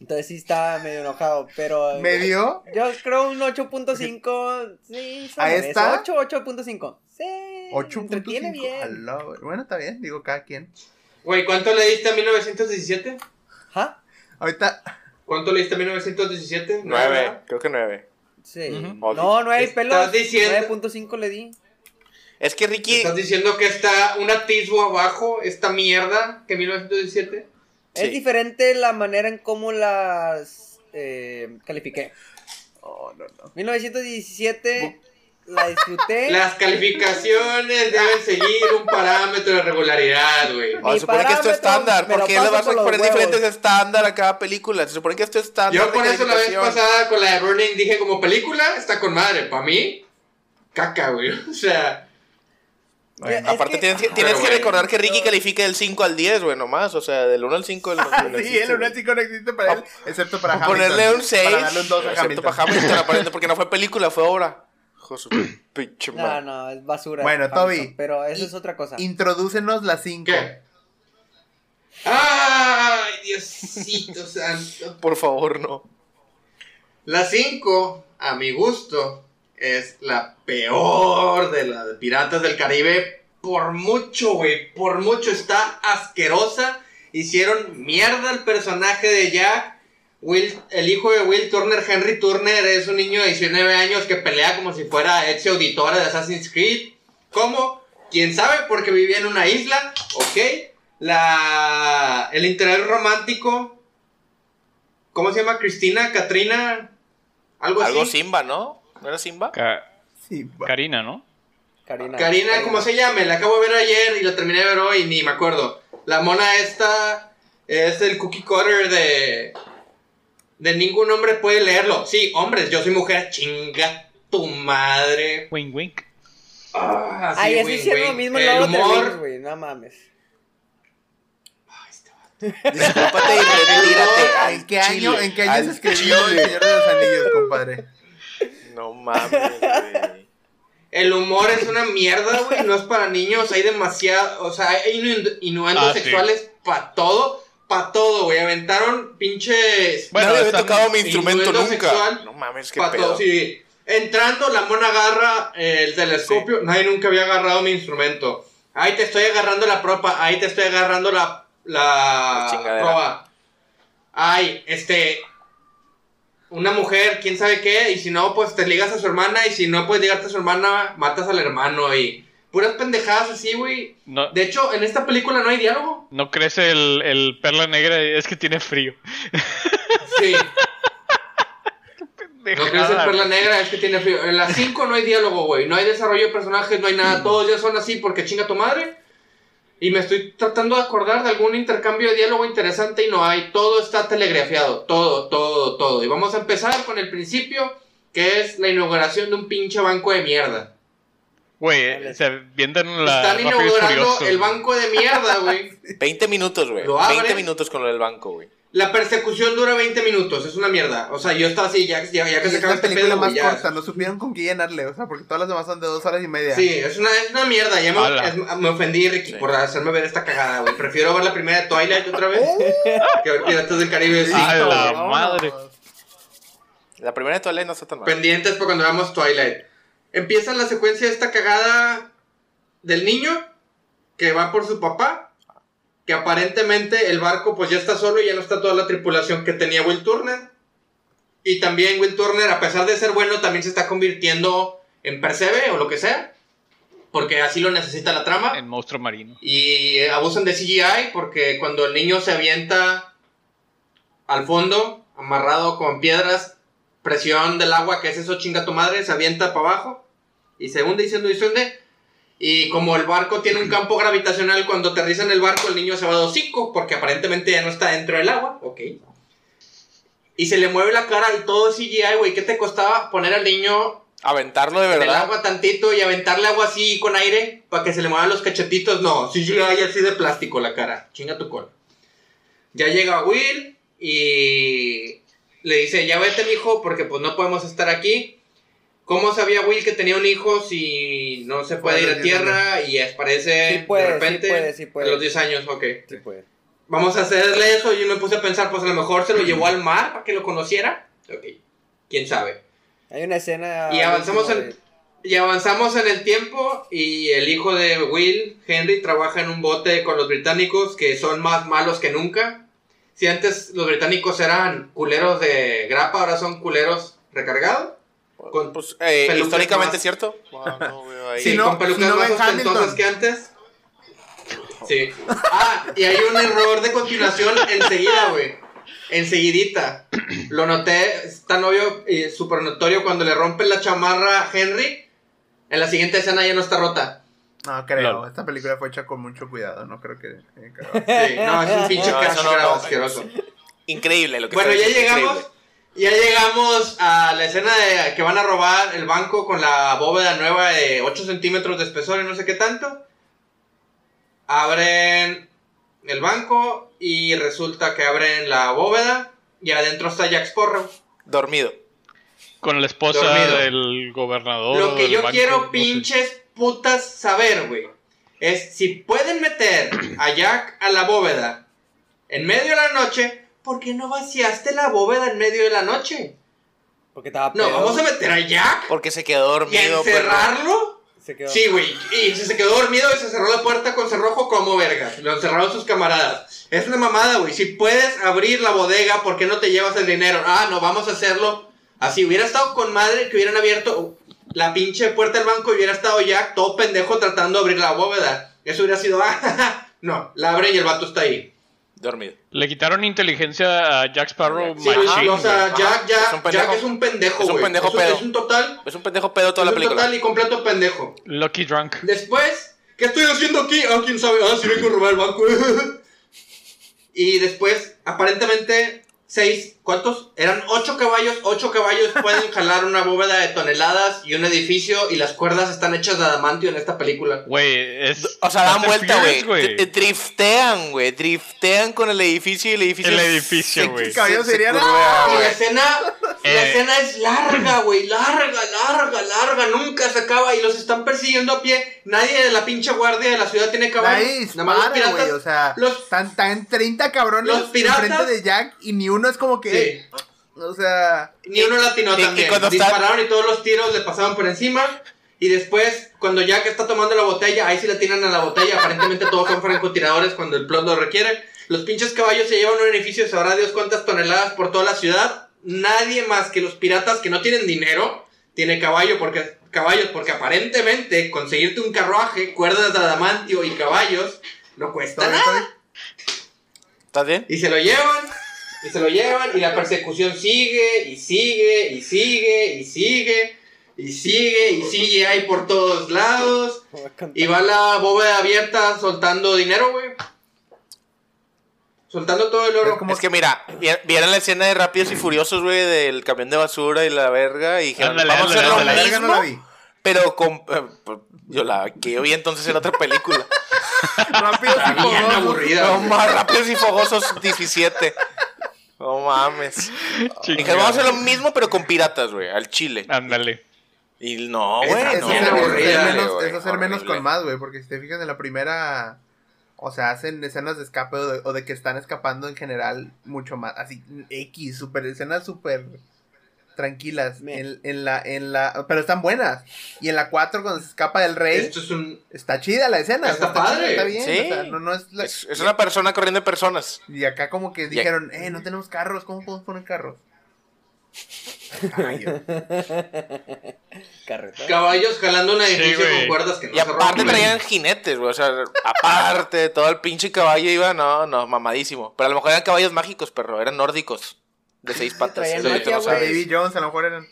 S3: Entonces sí estaba medio enojado, pero.
S1: Me dio.
S3: Yo creo un 8.5. Sí,
S1: Ahí está.
S3: 8, 8.5. Sí. me Entretiene
S1: 8.5.
S3: bien.
S1: Alá, güey. Bueno, está bien, digo cada quien.
S4: Güey, ¿cuánto le diste a 1917?
S3: ¿Ja?
S1: Ahorita,
S4: ¿Cuánto le diste a 1917?
S2: 9, creo que 9.
S3: Sí.
S5: Ujú.
S3: No, no hay
S4: Estás
S3: pelos.
S4: diciendo-
S3: 9.5 le di.
S2: Es que Ricky.
S4: ¿Estás diciendo que está un atisbo abajo esta mierda que 1917?
S2: Sí.
S3: Es diferente la manera en cómo las eh, califiqué.
S1: oh, no, no.
S3: 1917 la
S2: ¿Eh?
S3: disfruté.
S4: Las calificaciones deben seguir un parámetro de regularidad, güey.
S2: Oh,
S3: Mi
S2: se supone que esto
S3: parámetro
S2: es estándar.
S3: me lo
S2: ¿Por qué le
S3: paso
S2: vas a
S3: por los
S2: poner
S3: huevos.
S2: diferentes estándar a cada película? Se supone que esto es estándar.
S4: Yo
S2: de
S4: por eso la vez
S2: Ah, calificación.
S4: pasada con la de Burning dije como película, está con madre. Para mí, caca, güey. O sea,
S3: Ya, es
S2: Aparte,
S3: que-
S2: tienes, que,
S3: ah,
S2: tienes
S4: Pero
S2: que
S4: bueno.
S2: recordar que Ricky califica del 5 al 10, güey, nomás. O sea, del 1 al 5. El,
S1: Ah, Sí, el 1 5 no existe para él, excepto para Hamilton.
S2: Ponerle un 6.
S1: Para darle un 2 a
S2: excepto
S1: Hamilton.
S2: para Hamilton, aparente, porque no fue película, fue obra. Hijo de su pinche
S3: No,
S2: madre.
S3: no, es basura.
S1: Bueno,
S3: Hamilton,
S1: Toby.
S3: Pero eso
S1: Y-
S3: es otra cosa.
S1: Introdúcenos las 5.
S4: ¿qué? ¡Ay, Diosito santo!
S2: Por favor, no.
S4: La 5, a mi gusto, es la peor de las Piratas del Caribe. Por mucho, güey. Por mucho está asquerosa. Hicieron mierda el personaje de Jack. Will, el hijo de Will Turner, Henry Turner, es un niño de 19 años que pelea como si fuera ex auditora de Assassin's Creed. ¿Cómo? ¿Quién sabe? Porque vivía en una isla. ¿Ok? La, el interés romántico. ¿Cómo se llama? Cristina, Katrina. Algo,
S2: Algo
S4: así.
S2: Simba, ¿no? ¿No era Simba?
S5: Ca-
S1: Sí, va.
S5: Karina, ¿no?
S3: Karina.
S4: Karina,
S3: como
S4: como se llame, la acabo de ver ayer y la terminé de ver hoy, ni me acuerdo. La mona esta es el cookie cutter de. De ningún hombre puede leerlo. Sí, hombres, yo soy mujer, chinga tu madre.
S5: Wing wink.
S4: Ah, sí,
S3: Ay, eso
S4: güey,
S3: hicieron
S4: güey.
S3: lo mismo
S4: El
S3: en Lord of the
S4: humor,
S3: Rings, güey. No mames.
S2: Discúlpate y retírate. al
S1: ¿En qué año,
S2: chile,
S1: ¿en qué año
S2: al
S1: se escribió El
S2: chile.
S1: Señor de los Anillos, compadre?
S2: No mames, güey.
S4: El humor es una mierda, güey. No es para niños. Hay demasiado. O sea, hay inu- innuendos
S5: Ah, sí.
S4: sexuales para todo. Para todo, güey. Aventaron pinches.
S5: Bueno,
S2: Nadie había
S5: están-
S2: tocado mi instrumento
S4: Innuendo
S2: nunca.
S4: sexual.
S2: No mames, qué
S4: para
S2: pedo.
S4: todo. Sí. Entrando, la mona agarra eh, el telescopio. Nadie nunca había agarrado mi instrumento. Ahí te estoy agarrando la propa. Ahí te estoy agarrando la. La.
S2: La chingadera.
S4: proa. Ay, este. Una mujer, quién sabe qué. Y si no, pues te ligas a su hermana. Y si no puedes ligarte a su hermana, matas al hermano. Y puras pendejadas así, güey.
S5: No,
S4: De hecho, en esta película no hay diálogo.
S5: no crece el, el perla negra, es que tiene frío.
S4: Sí. No
S5: Pendejada,
S4: crees en Perla
S5: güey.
S4: Negra, es que tiene frío. En las 5 no hay diálogo, güey. No hay desarrollo de personajes, no hay
S5: Mm.
S4: nada. Todos ya son así porque chinga tu madre. Y me estoy tratando de acordar de algún intercambio de diálogo interesante y no hay. Todo está telegrafiado. Todo, todo, todo. Y vamos a empezar con el principio, que es la inauguración de un pinche banco de mierda.
S5: Güey, se avientan la.
S4: Están
S5: Rápido y
S4: inaugurando
S5: Furioso,
S4: el
S5: güey.
S4: banco de mierda, güey.
S2: 20 minutos, güey.
S4: Lo abren.
S2: 20 minutos con lo del banco, güey.
S4: La persecución dura 20 minutos. Es una mierda. O sea, yo estaba así, ya, ya, ya que
S1: Es
S4: se acaba
S1: la
S4: este
S1: película
S4: pedo,
S1: más
S4: güey, ya.
S1: corta, no supieron con qué llenarle, o sea, porque todas las demás son de dos horas y media.
S4: Sí, es una, es una mierda. Ya
S5: Ala.
S4: me, es- me ofendí, Ricky,
S2: Sí.
S4: por hacerme ver esta cagada, güey. Prefiero ver la primera de Twilight otra vez que ver Piratas del Caribe.
S1: Listo,
S5: A la
S1: vámonos.
S5: madre.
S2: La primera de todas no está tan mal.
S4: Pendientes para cuando veamos Twilight. Empieza la secuencia de esta cagada del niño que va por su papá. Que aparentemente el barco pues ya está solo y ya no está toda la tripulación que tenía Will Turner. Y también Will Turner, a pesar de ser bueno, también se está convirtiendo en Percebe o lo que sea. Porque así lo necesita la trama.
S5: En monstruo marino.
S4: Y eh, abusan de CGI porque cuando el niño se avienta al fondo, amarrado con piedras, presión del agua, que es eso, chinga tu madre, se avienta para abajo y se hunde y se hunde y se hunde. Y como el barco tiene un campo gravitacional, cuando aterriza en el barco, el niño se va de hocico porque aparentemente ya no está dentro del agua. Ok. Y se le mueve la cara y todo es CGI, güey. ¿Qué te costaba poner al niño
S2: Aventarlo de
S4: en el
S2: verdad.
S4: agua tantito y aventarle agua así con aire para que se le muevan los cachetitos. No, sí, sí, hay así de plástico la cara. Chinga tu cola. Ya llega Will y le dice, ya vete, mijo, porque pues no podemos estar aquí. ¿Cómo sabía Will que tenía un hijo si no se puede
S1: Bueno,
S4: ir a
S1: sí,
S4: tierra y aparece
S3: Sí puede,
S4: de
S3: sí
S4: repente
S3: puede, sí puede.
S4: a los 10 años? Ok.
S3: Sí, pues.
S4: Vamos a hacerle eso. Yo me puse a pensar, pues a lo mejor se lo llevó al mar para que lo conociera. Ok. ¿Quién sabe?
S3: Hay una escena.
S4: Y avanzamos
S3: última
S4: en-
S3: de-
S4: Y avanzamos en el tiempo y el hijo de Will, Henry, trabaja en un bote con los británicos que son más malos que nunca. Si antes los británicos eran culeros de grapa, ahora son culeros recargados. Con
S2: Pues, eh,
S4: pelucas
S2: históricamente,
S4: más.
S2: ¿cierto? Ah, no, güey, ahí.
S1: Si
S4: Sí,
S1: no-
S4: con pelucas
S1: si no
S4: más
S1: ven Hamilton.
S4: ostentosas que antes. Sí. Ah, y hay un error de continuación enseguida, güey. Enseguidita. Lo noté, es tan obvio y súper notorio cuando le rompen la chamarra a Henry. En la siguiente escena ya no está rota.
S1: No creo,
S5: Lol.
S1: esta película fue hecha con mucho cuidado, no creo que... eh, cagado.
S4: Sí, no, es un pinche
S2: No,
S4: crash
S2: eso no,
S4: grave
S2: no.
S4: asqueroso.
S2: Increíble lo que
S4: Bueno,
S2: está
S4: ya
S2: diciendo,
S4: llegamos.
S2: increíble.
S4: Ya llegamos a la escena de que van a robar el banco con la bóveda nueva de 8 centímetros de espesor y no sé qué tanto. Abren el banco y resulta que abren la bóveda y adentro está Jack Sparrow.
S2: Dormido.
S5: Con la esposa
S4: Dormido.
S5: del gobernador.
S4: Lo que
S5: del
S4: yo
S5: banco, no sé.
S4: quiero, pinches putas, saber, güey, es si pueden meter a Jack a la bóveda en medio de la noche, ¿por qué no vaciaste la bóveda en medio de la noche?
S3: Porque estaba
S4: No,
S3: pedo,
S4: vamos a meter a Jack
S2: Porque se quedó
S4: y a
S2: dormido. perro.
S4: encerrarlo.
S3: Se quedó.
S4: Sí, güey, y se se quedó dormido y se cerró la puerta con cerrojo como verga. Lo encerraron sus camaradas. Es una mamada, güey. Si puedes abrir la bodega, ¿por qué no te llevas el dinero? Ah, no, vamos a hacerlo Así hubiera estado con madre que hubieran abierto la pinche puerta del banco y hubiera estado Jack todo pendejo tratando de abrir la bóveda. Eso hubiera sido, ah, ja, ja. no, la abren y el vato está ahí.
S2: Dormido.
S5: Le quitaron inteligencia a Jack Sparrow.
S2: Sí,
S4: Sí, güey,
S5: machín,
S4: o sea,
S5: güey.
S4: Jack,
S2: Es
S4: Jack,
S2: un
S4: es
S2: pendejo.
S4: Jack es un pendejo,
S2: Es un
S4: güey.
S2: pendejo
S4: es,
S2: pedo.
S4: es un total,
S2: Es un pendejo pedo toda la
S4: es un
S2: película.
S4: total y completo pendejo.
S5: Lucky Drunk.
S4: Después, ¿qué estoy haciendo aquí? Ah, quién sabe. Ah, si vengo a robar el banco. y después, aparentemente, seis, ¿Cuántos? Eran ocho caballos. Ocho caballos pueden jalar una bóveda de toneladas y un edificio. Y las cuerdas están hechas de adamantio en esta película.
S5: Güey, es.
S2: O sea, dan
S5: Fast and
S2: vuelta,
S5: Furious,
S2: güey. D- Driftean, güey. Driftean con el edificio y el edificio.
S5: El
S2: se-
S5: edificio,
S2: se-
S5: güey.
S2: se-
S1: Caballo
S2: se
S1: sería-
S2: curvea,
S4: Y
S2: güey.
S4: la escena, la
S5: Eh.
S4: escena es larga, güey, larga, larga, larga, nunca se acaba y los están persiguiendo a pie. Nadie de la pinche guardia de la ciudad tiene caballo.
S1: Nadie
S4: Nada más los
S1: dispara,
S4: piratas.
S1: güey. O sea,
S4: los-
S1: tan, tan 30 cabrones
S4: los piratas-
S1: enfrente de Jack y ni uno es como que.
S4: Sí,
S1: O sea.
S4: ni uno latino
S2: y- y
S4: también.
S2: cuando está-
S4: Dispararon y todos los tiros le pasaban por encima. Y después, cuando Jack está tomando la botella, ahí sí le tiran a la botella. Aparentemente todos son francotiradores cuando el plot lo requiere. Los pinches caballos se llevan un edificio, sabrá Dios cuántas toneladas por toda la ciudad. Nadie más que los piratas que no tienen dinero tiene caballo porque, caballos, porque aparentemente conseguirte un carruaje, cuerdas de adamantio y caballos no cuesta
S1: Todavía,
S4: nada.
S1: todavía-
S2: ¿Estás bien?
S4: Y se lo llevan, y se lo llevan, y la persecución sigue, y sigue, y sigue, y sigue, y sigue, y sigue ahí por todos lados.
S3: Voy a contar.
S4: Y va la bóveda abierta soltando dinero, güey. Soltando todo el
S1: Es
S4: oro.
S1: como-
S2: Es que mira, vi- vieron la escena de Rápidos y Furiosos, güey, del camión de basura y la verga. Y dijeron,
S5: Ándale,
S2: vamos
S5: ándale,
S2: a
S1: la
S2: hacer lo
S5: ándale.
S1: verga
S2: mismo,
S1: no la vi.
S2: pero con... eh, Yo la que yo vi entonces era otra película.
S1: Rápido,
S4: Está
S1: sí,
S4: bien
S1: como-
S4: aburrida,
S2: No
S4: güey.
S2: más Rápidos y Fogosos 17. No mames. Dijeron, vamos a hacer lo mismo, pero con piratas, güey, al chile.
S5: Ándale.
S2: Y no,
S1: Es-
S2: güey,
S1: es
S2: no.
S1: hacer-
S4: bien
S1: es hacer
S4: aburrida,
S1: menos-
S2: güey,
S1: es hacer menos
S2: horrible.
S1: con más, güey, porque si te fijas en la primera, o sea, hacen escenas de escape o de, o de que están escapando en general mucho más, así, X, super, escenas súper tranquilas,
S3: Me-
S1: en, en la, en la, pero están buenas, y en la 4 cuando se escapa del rey,
S4: Esto es un.
S1: está chida la escena, o sea,
S4: Está padre.
S1: chida, está bien,
S2: Sí.
S1: o sea, no, no es, la-
S2: Es, es una persona corriendo de personas.
S1: y acá como que dijeron, eh, no tenemos carros, ¿cómo podemos poner carros? Ay, yo-
S3: Carreta.
S4: Caballos jalando un edificio
S5: güey.
S4: con cuerdas que no
S2: Y
S4: se
S2: aparte
S4: rompen.
S2: traían jinetes, güey. O sea, aparte, de todo el pinche caballo iba, no, no, mamadísimo. Pero a lo mejor eran caballos mágicos, perro, eran nórdicos. De seis patas.
S3: Traían
S2: es lo que tú no
S1: o sea,
S3: magia,
S2: sabes.
S1: David Jones a lo mejor eran,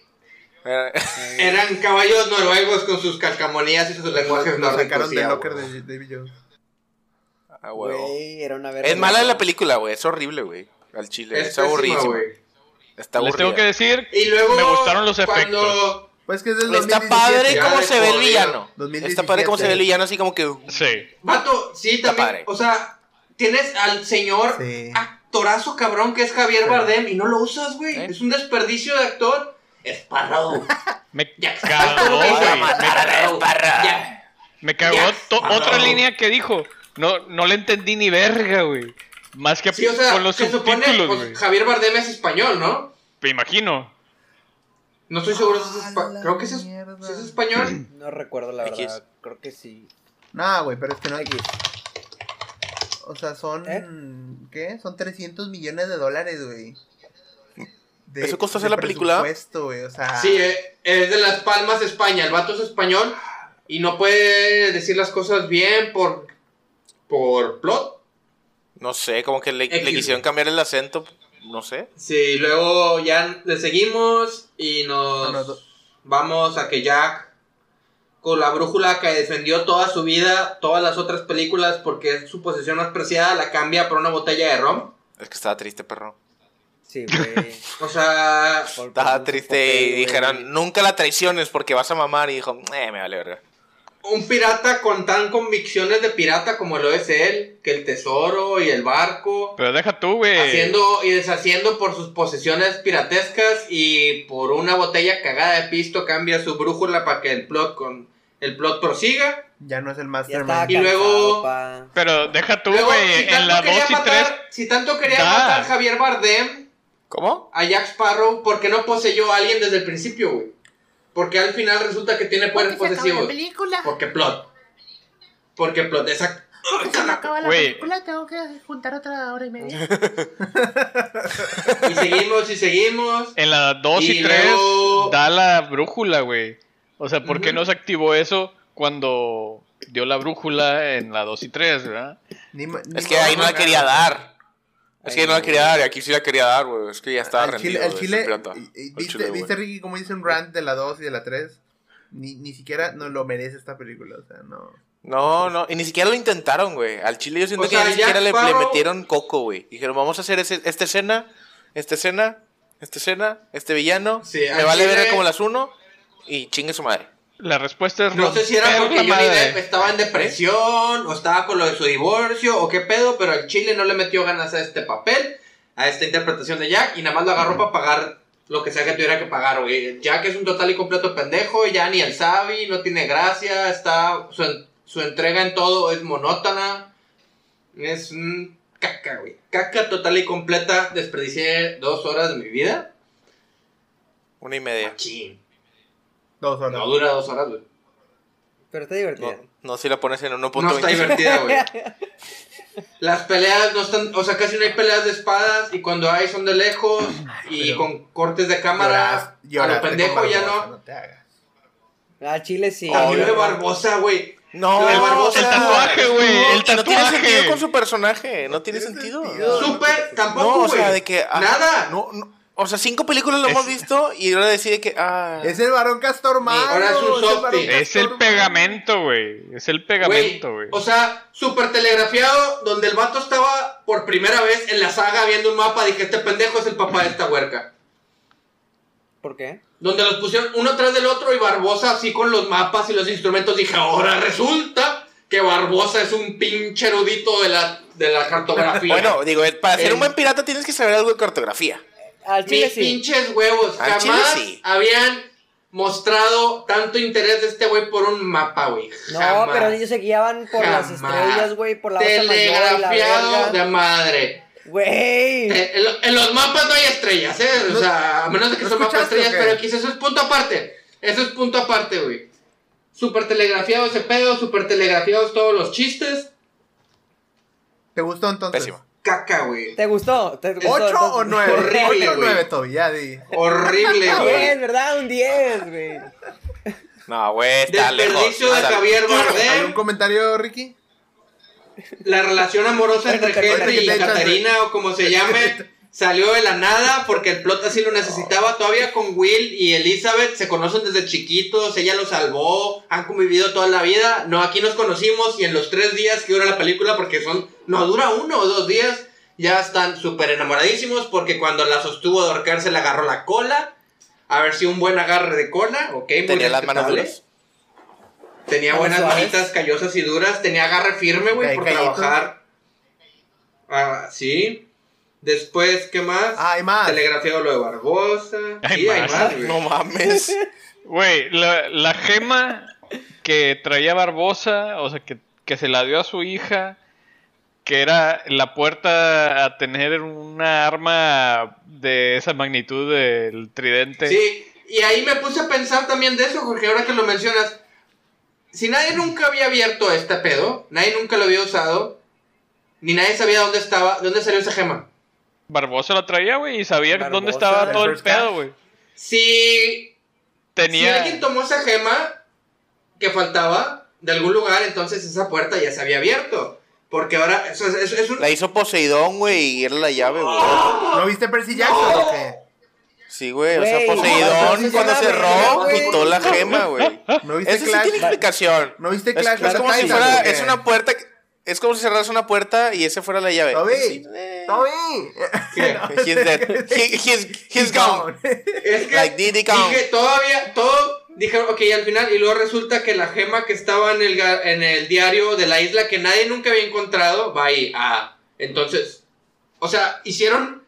S2: Eh,
S4: Eran caballos noruegos con sus calcamonías y sus lenguajes
S1: lo
S4: nórdicos.
S1: sacaron
S4: sí,
S1: del
S4: ah,
S1: locker
S4: güey.
S1: de David Jones.
S2: ah,
S3: Güey,
S2: huevo.
S3: era una verga.
S2: Es mala la película, güey. Es horrible, güey. Al chile.
S4: Es
S2: Es,
S4: pésima,
S2: aburridísimo.
S4: güey.
S2: Está
S5: Les tengo que
S2: aburrido.
S5: decir,
S4: Y luego.
S5: Me gustaron los efectos.
S4: Cuando
S1: Pues que es del
S2: Está
S1: 2017.
S2: padre
S4: Ya
S2: cómo
S4: de
S2: se ve el
S4: corrido.
S2: villano.
S1: 2017.
S2: Está padre cómo se ve el villano, así como que.
S5: sí.
S4: Vato, sí,
S2: Está
S4: también.
S2: padre.
S4: O sea, tienes al señor
S1: Sí.
S4: ah, actorazo cabrón que es Javier
S1: Sí.
S4: Bardem y no lo usas, güey.
S2: ¿Eh?
S4: Es un desperdicio de actor. Espárrago.
S5: Me
S4: Jack
S5: cagó,
S4: Sparrow,
S2: Vamos a
S5: güey.
S2: matar a la esparra.
S4: Jack.
S5: Me cagó
S4: Yes,
S5: to-
S4: cabrón.
S5: otra línea que dijo. No, no le entendí ni verga, güey. Más que
S4: Sí, o sea,
S5: con los
S4: se supone
S5: subtítulos,
S4: pues,
S5: güey.
S4: Javier Bardem es español, ¿no?
S5: Me imagino.
S4: No estoy seguro si es
S1: Ah,
S4: español.
S1: la
S4: Creo que sí es,
S1: mierda.
S4: sí es español.
S3: No recuerdo la
S2: X.
S3: verdad. Creo que sí.
S1: No, güey, pero es que no hay.
S3: X.
S1: O sea, son.
S2: ¿Eh?
S1: ¿Qué? Son 300 millones de dólares, güey. De-
S2: ¿Eso costó
S1: de
S2: hacer la película?
S1: presupuesto, güey, o sea.
S4: Sí, eh, es de Las Palmas, España. El vato es español y no puede decir las cosas bien por, por plot.
S2: No sé, como que le, le
S4: X.
S2: quisieron cambiar el acento. No sé.
S4: Sí, luego ya le seguimos y nos
S1: Ah, no, do-
S4: vamos a que Jack, con la brújula que defendió toda su vida, todas las otras películas, porque es su posesión más preciada, la cambia por una botella de rom.
S2: Es que estaba triste, perro.
S3: Sí, güey.
S4: O sea,
S3: Por- por
S2: Estaba
S3: un
S2: triste
S3: papel,
S2: y
S3: güey.
S2: dijeron, nunca la traiciones porque vas a mamar. Y dijo, eh, me vale verga.
S4: un pirata con tan convicciones de pirata como lo es él, que el tesoro y el barco,
S5: Pero eh, deja tú, güey.
S4: haciendo y deshaciendo por sus posesiones piratescas y por una botella cagada de pisto cambia su brújula para que el plot con el plot prosiga.
S1: Ya no es el
S2: este
S3: Ya estaba
S1: Mastermind.
S4: Y
S3: cansado,
S4: luego-
S3: pa.
S5: Pero deja tú,
S4: Luego,
S5: güey.
S4: tanto
S5: en la 2
S4: quería
S5: y 3.
S4: matar- si tanto quería
S5: da.
S4: matar Javier Bardem
S2: ¿Cómo?
S4: a Jack Sparrow, ¿por qué no poseyó a alguien desde el principio, güey? Porque al final resulta que tiene poderes posesivos.
S6: película.
S4: Porque plot. Porque plot, exacto.
S6: Se me acaba la
S5: Güey.
S6: película, tengo que juntar otra hora y media.
S4: Y seguimos y seguimos.
S5: En la 2 y,
S4: Y
S5: 3
S4: luego-
S5: da la brújula, güey. O sea, ¿por qué
S4: Ujú.
S5: no se activó eso cuando dio la brújula en la 2 y 3, verdad?
S1: Ni ma- ni
S2: Es que
S1: modo,
S2: ahí no la
S1: no,
S2: quería
S1: no.
S2: dar. Es que
S3: Ahí
S2: no la
S3: no.
S2: quería dar. Y aquí sí la quería dar, güey. Es que ya estaba
S1: Al
S2: rendido.
S1: Chile, al
S2: güey,
S1: Chile,
S2: ese pirata.
S1: y- y-
S2: Al
S1: ¿viste,
S2: Chile, güey.
S1: viste, Ricky cómo hizo un rant de la 2 y de la 3? Ni, ni siquiera no lo merece esta película, o sea, no.
S2: No, no, y ni siquiera lo intentaron, güey. Al chile yo siento
S4: O
S2: que
S4: sea,
S2: ni siquiera
S4: Jack
S2: le, le
S4: Sparrow-
S2: metieron coco, güey. Dijeron, vamos a hacer ese- esta escena, esta escena, esta escena, este villano,
S4: Sí,
S2: me
S4: al
S2: vale
S4: chile-
S2: ver como las uno y chingue su madre.
S5: La respuesta es
S4: No sé si era
S5: romper eh.
S4: porque
S5: la
S4: Johnny
S5: madre.
S4: Depp estaba en depresión o estaba con lo de su divorcio o qué pedo, pero el Chile no le metió ganas a este papel, a esta interpretación de Jack y nada más lo agarró para pagar lo que sea que tuviera que pagar, güey. Jack es un total y completo pendejo, ya ni el sabe, no tiene gracia, está su, en- su entrega en todo es monótona. Es un caca, güey. Caca total y completa. Desperdicié dos horas de mi vida.
S2: Una y media.
S4: Machín.
S1: Dos horas.
S4: No dura dos horas, güey.
S3: Pero está divertido.
S2: No, Ah, no si la pones en
S4: No está
S2: 1.25.
S4: divertida, güey. Las peleas no están, o sea, casi no hay peleas de espadas y cuando hay son de lejos y
S2: Mm,
S1: Pero-
S4: con cortes de cámara.
S1: Lloraste- lloraste
S4: a lo pendejo
S1: con
S4: ya
S1: Barbosa,
S4: no.
S1: te hagas.
S3: Ah, Chile sí.
S4: También de Barbosa, güey.
S2: no,
S4: El Barbosa-
S5: El tatuaje, güey. El
S2: No tiene sentido
S5: tatuaje.
S2: con su personaje. No tiene sentido.
S1: sentido.
S4: Súper, tampoco,
S2: No,
S4: güey.
S2: o sea, de que. ah,
S4: Nada.
S2: No, no, o sea, cinco películas lo
S5: Es-
S2: hemos visto y ahora decide que. Ah,
S1: Es el varón Castor Mago,
S4: ahora es un
S1: el varón
S4: softie.
S5: Es el
S1: Castor
S5: pegamento, güey. Es el pegamento,
S4: Güey,
S5: güey.
S4: O sea, súper telegrafiado, donde el vato estaba por primera vez en la saga viendo un mapa. Dije, este pendejo es el papá de esta huerca.
S3: ¿Por qué?
S4: Donde los pusieron uno tras del otro y Barbosa así con los mapas y los instrumentos. Dije, ahora resulta que Barbosa es un pinche erudito de la, de la cartografía.
S2: bueno, digo, eh, para ser
S4: Eh.
S2: un buen pirata tienes que saber algo de cartografía.
S3: Al
S4: mis
S3: Chile sí.
S4: pinches huevos.
S2: Al chile
S4: Jamás
S2: sí.
S4: habían mostrado tanto interés de este güey por un mapa, güey.
S3: No,
S4: Jamás.
S3: pero ellos se guiaban por las
S4: Jamás.
S3: estrellas, güey, por la osa mayor y la
S4: Telegrafiado de
S3: verga.
S4: madre.
S3: Güey.
S4: Eh, En, lo- en los mapas no hay estrellas, ¿eh? O
S1: No-
S4: sea, a menos de que
S1: ¿no
S4: son mapas
S1: escuchaste o
S4: estrellas,
S1: qué?
S4: pero quizás eso es punto aparte. Eso es punto aparte, güey. Super telegrafiado ese pedo, super telegrafiados todos los chistes.
S1: Mago. ¿Te gustó entonces?
S2: Pésimo.
S4: Caca, güey.
S3: ¿Te gustó? ¿Te gustó?
S1: ¿Ocho
S3: entonces?
S1: o nueve?
S4: Horrible,
S1: ¿Ocho o
S4: güey. ¿Eh?
S1: nueve, Toby? Ya di.
S4: Horrible,
S3: Un 10,
S4: güey.
S3: ¿verdad? Un 10, güey.
S2: No, güey, está lejos.
S4: Desperdicio de
S2: Está-
S4: Javier
S1: ¿Algún
S4: Bardem.
S1: comentario, Ricky?
S4: La relación amorosa
S3: Bueno,
S4: entre
S3: te acuerdas
S4: Henry
S1: que
S4: y
S1: te echas-
S4: Caterina, o como se llame, salió de la nada porque el plot así lo necesitaba. Todavía con Will y Elizabeth se conocen desde chiquitos, ella lo salvó, han convivido toda la vida. No, aquí nos conocimos y en los tres días que dura la película, porque son, no, dura uno o dos días, ya están súper enamoradísimos porque cuando la sostuvo de ahorcarse le agarró la cola. A ver si un buen agarre de cola, ok, muy
S2: Tenía las manos
S4: respetable.
S2: duras.
S4: Tenía
S3: Manos
S4: buenas
S3: suaves.
S4: manitas callosas y duras. Tenía agarre firme, güey,
S1: Cae-
S4: por
S1: callito.
S4: trabajar. Ah, sí. Después, ¿qué más?
S1: Ah, hay más.
S4: Telegrafiado lo de Barbosa.
S5: Hay
S4: sí, hay
S5: más.
S4: más, güey.
S2: No mames.
S5: Güey, la, la gema que traía Barbosa, o sea, que, que se la dio a su hija, que era la puerta a tener una arma de esa magnitud del tridente.
S4: Sí, y ahí me puse a pensar también de eso, Jorge, ahora que lo mencionas. Si nadie nunca había abierto este pedo, nadie nunca lo había usado, ni nadie sabía dónde estaba, ¿de dónde salió esa gema.
S5: Barbosa la traía, güey, y sabía
S3: Barbosa,
S5: dónde estaba
S1: el
S5: todo el
S1: first catch.
S5: pedo, güey.
S4: Si Si
S5: Tenía...
S4: alguien tomó esa gema que faltaba de algún lugar, entonces esa puerta ya se había abierto. Porque ahora eso es, es- es un...
S2: La hizo Poseidón, güey, y era la llave, güey.
S1: ¿No viste Percy Jackson o qué?
S2: Sí, güey, o sea,
S3: Güey,
S2: Poseidón
S3: no,
S2: cuando
S3: no,
S2: cerró
S3: no, güey.
S2: quitó la gema, güey.
S1: ¿No viste
S2: Eso Ah, sí
S1: Clash?
S2: tiene explicación.
S1: ¿No viste
S2: Es,
S1: Clash?
S2: es
S1: of
S2: como si
S1: Titans
S2: fuera,
S1: o qué?
S2: es una puerta, que- es como si cerras una puerta y esa fuera la llave.
S1: Toby,
S2: Sí, eh.
S1: Toby.
S4: ¿Qué?
S2: He's dead. He- he's, he's gone.
S4: Es que
S2: Like Diddy Kong.
S4: dije, todavía, todo, dije, ok, al final, y luego resulta que la gema que estaba en el, ga- en el diario de la isla que nadie nunca había encontrado, va ahí, ah, entonces, o sea, hicieron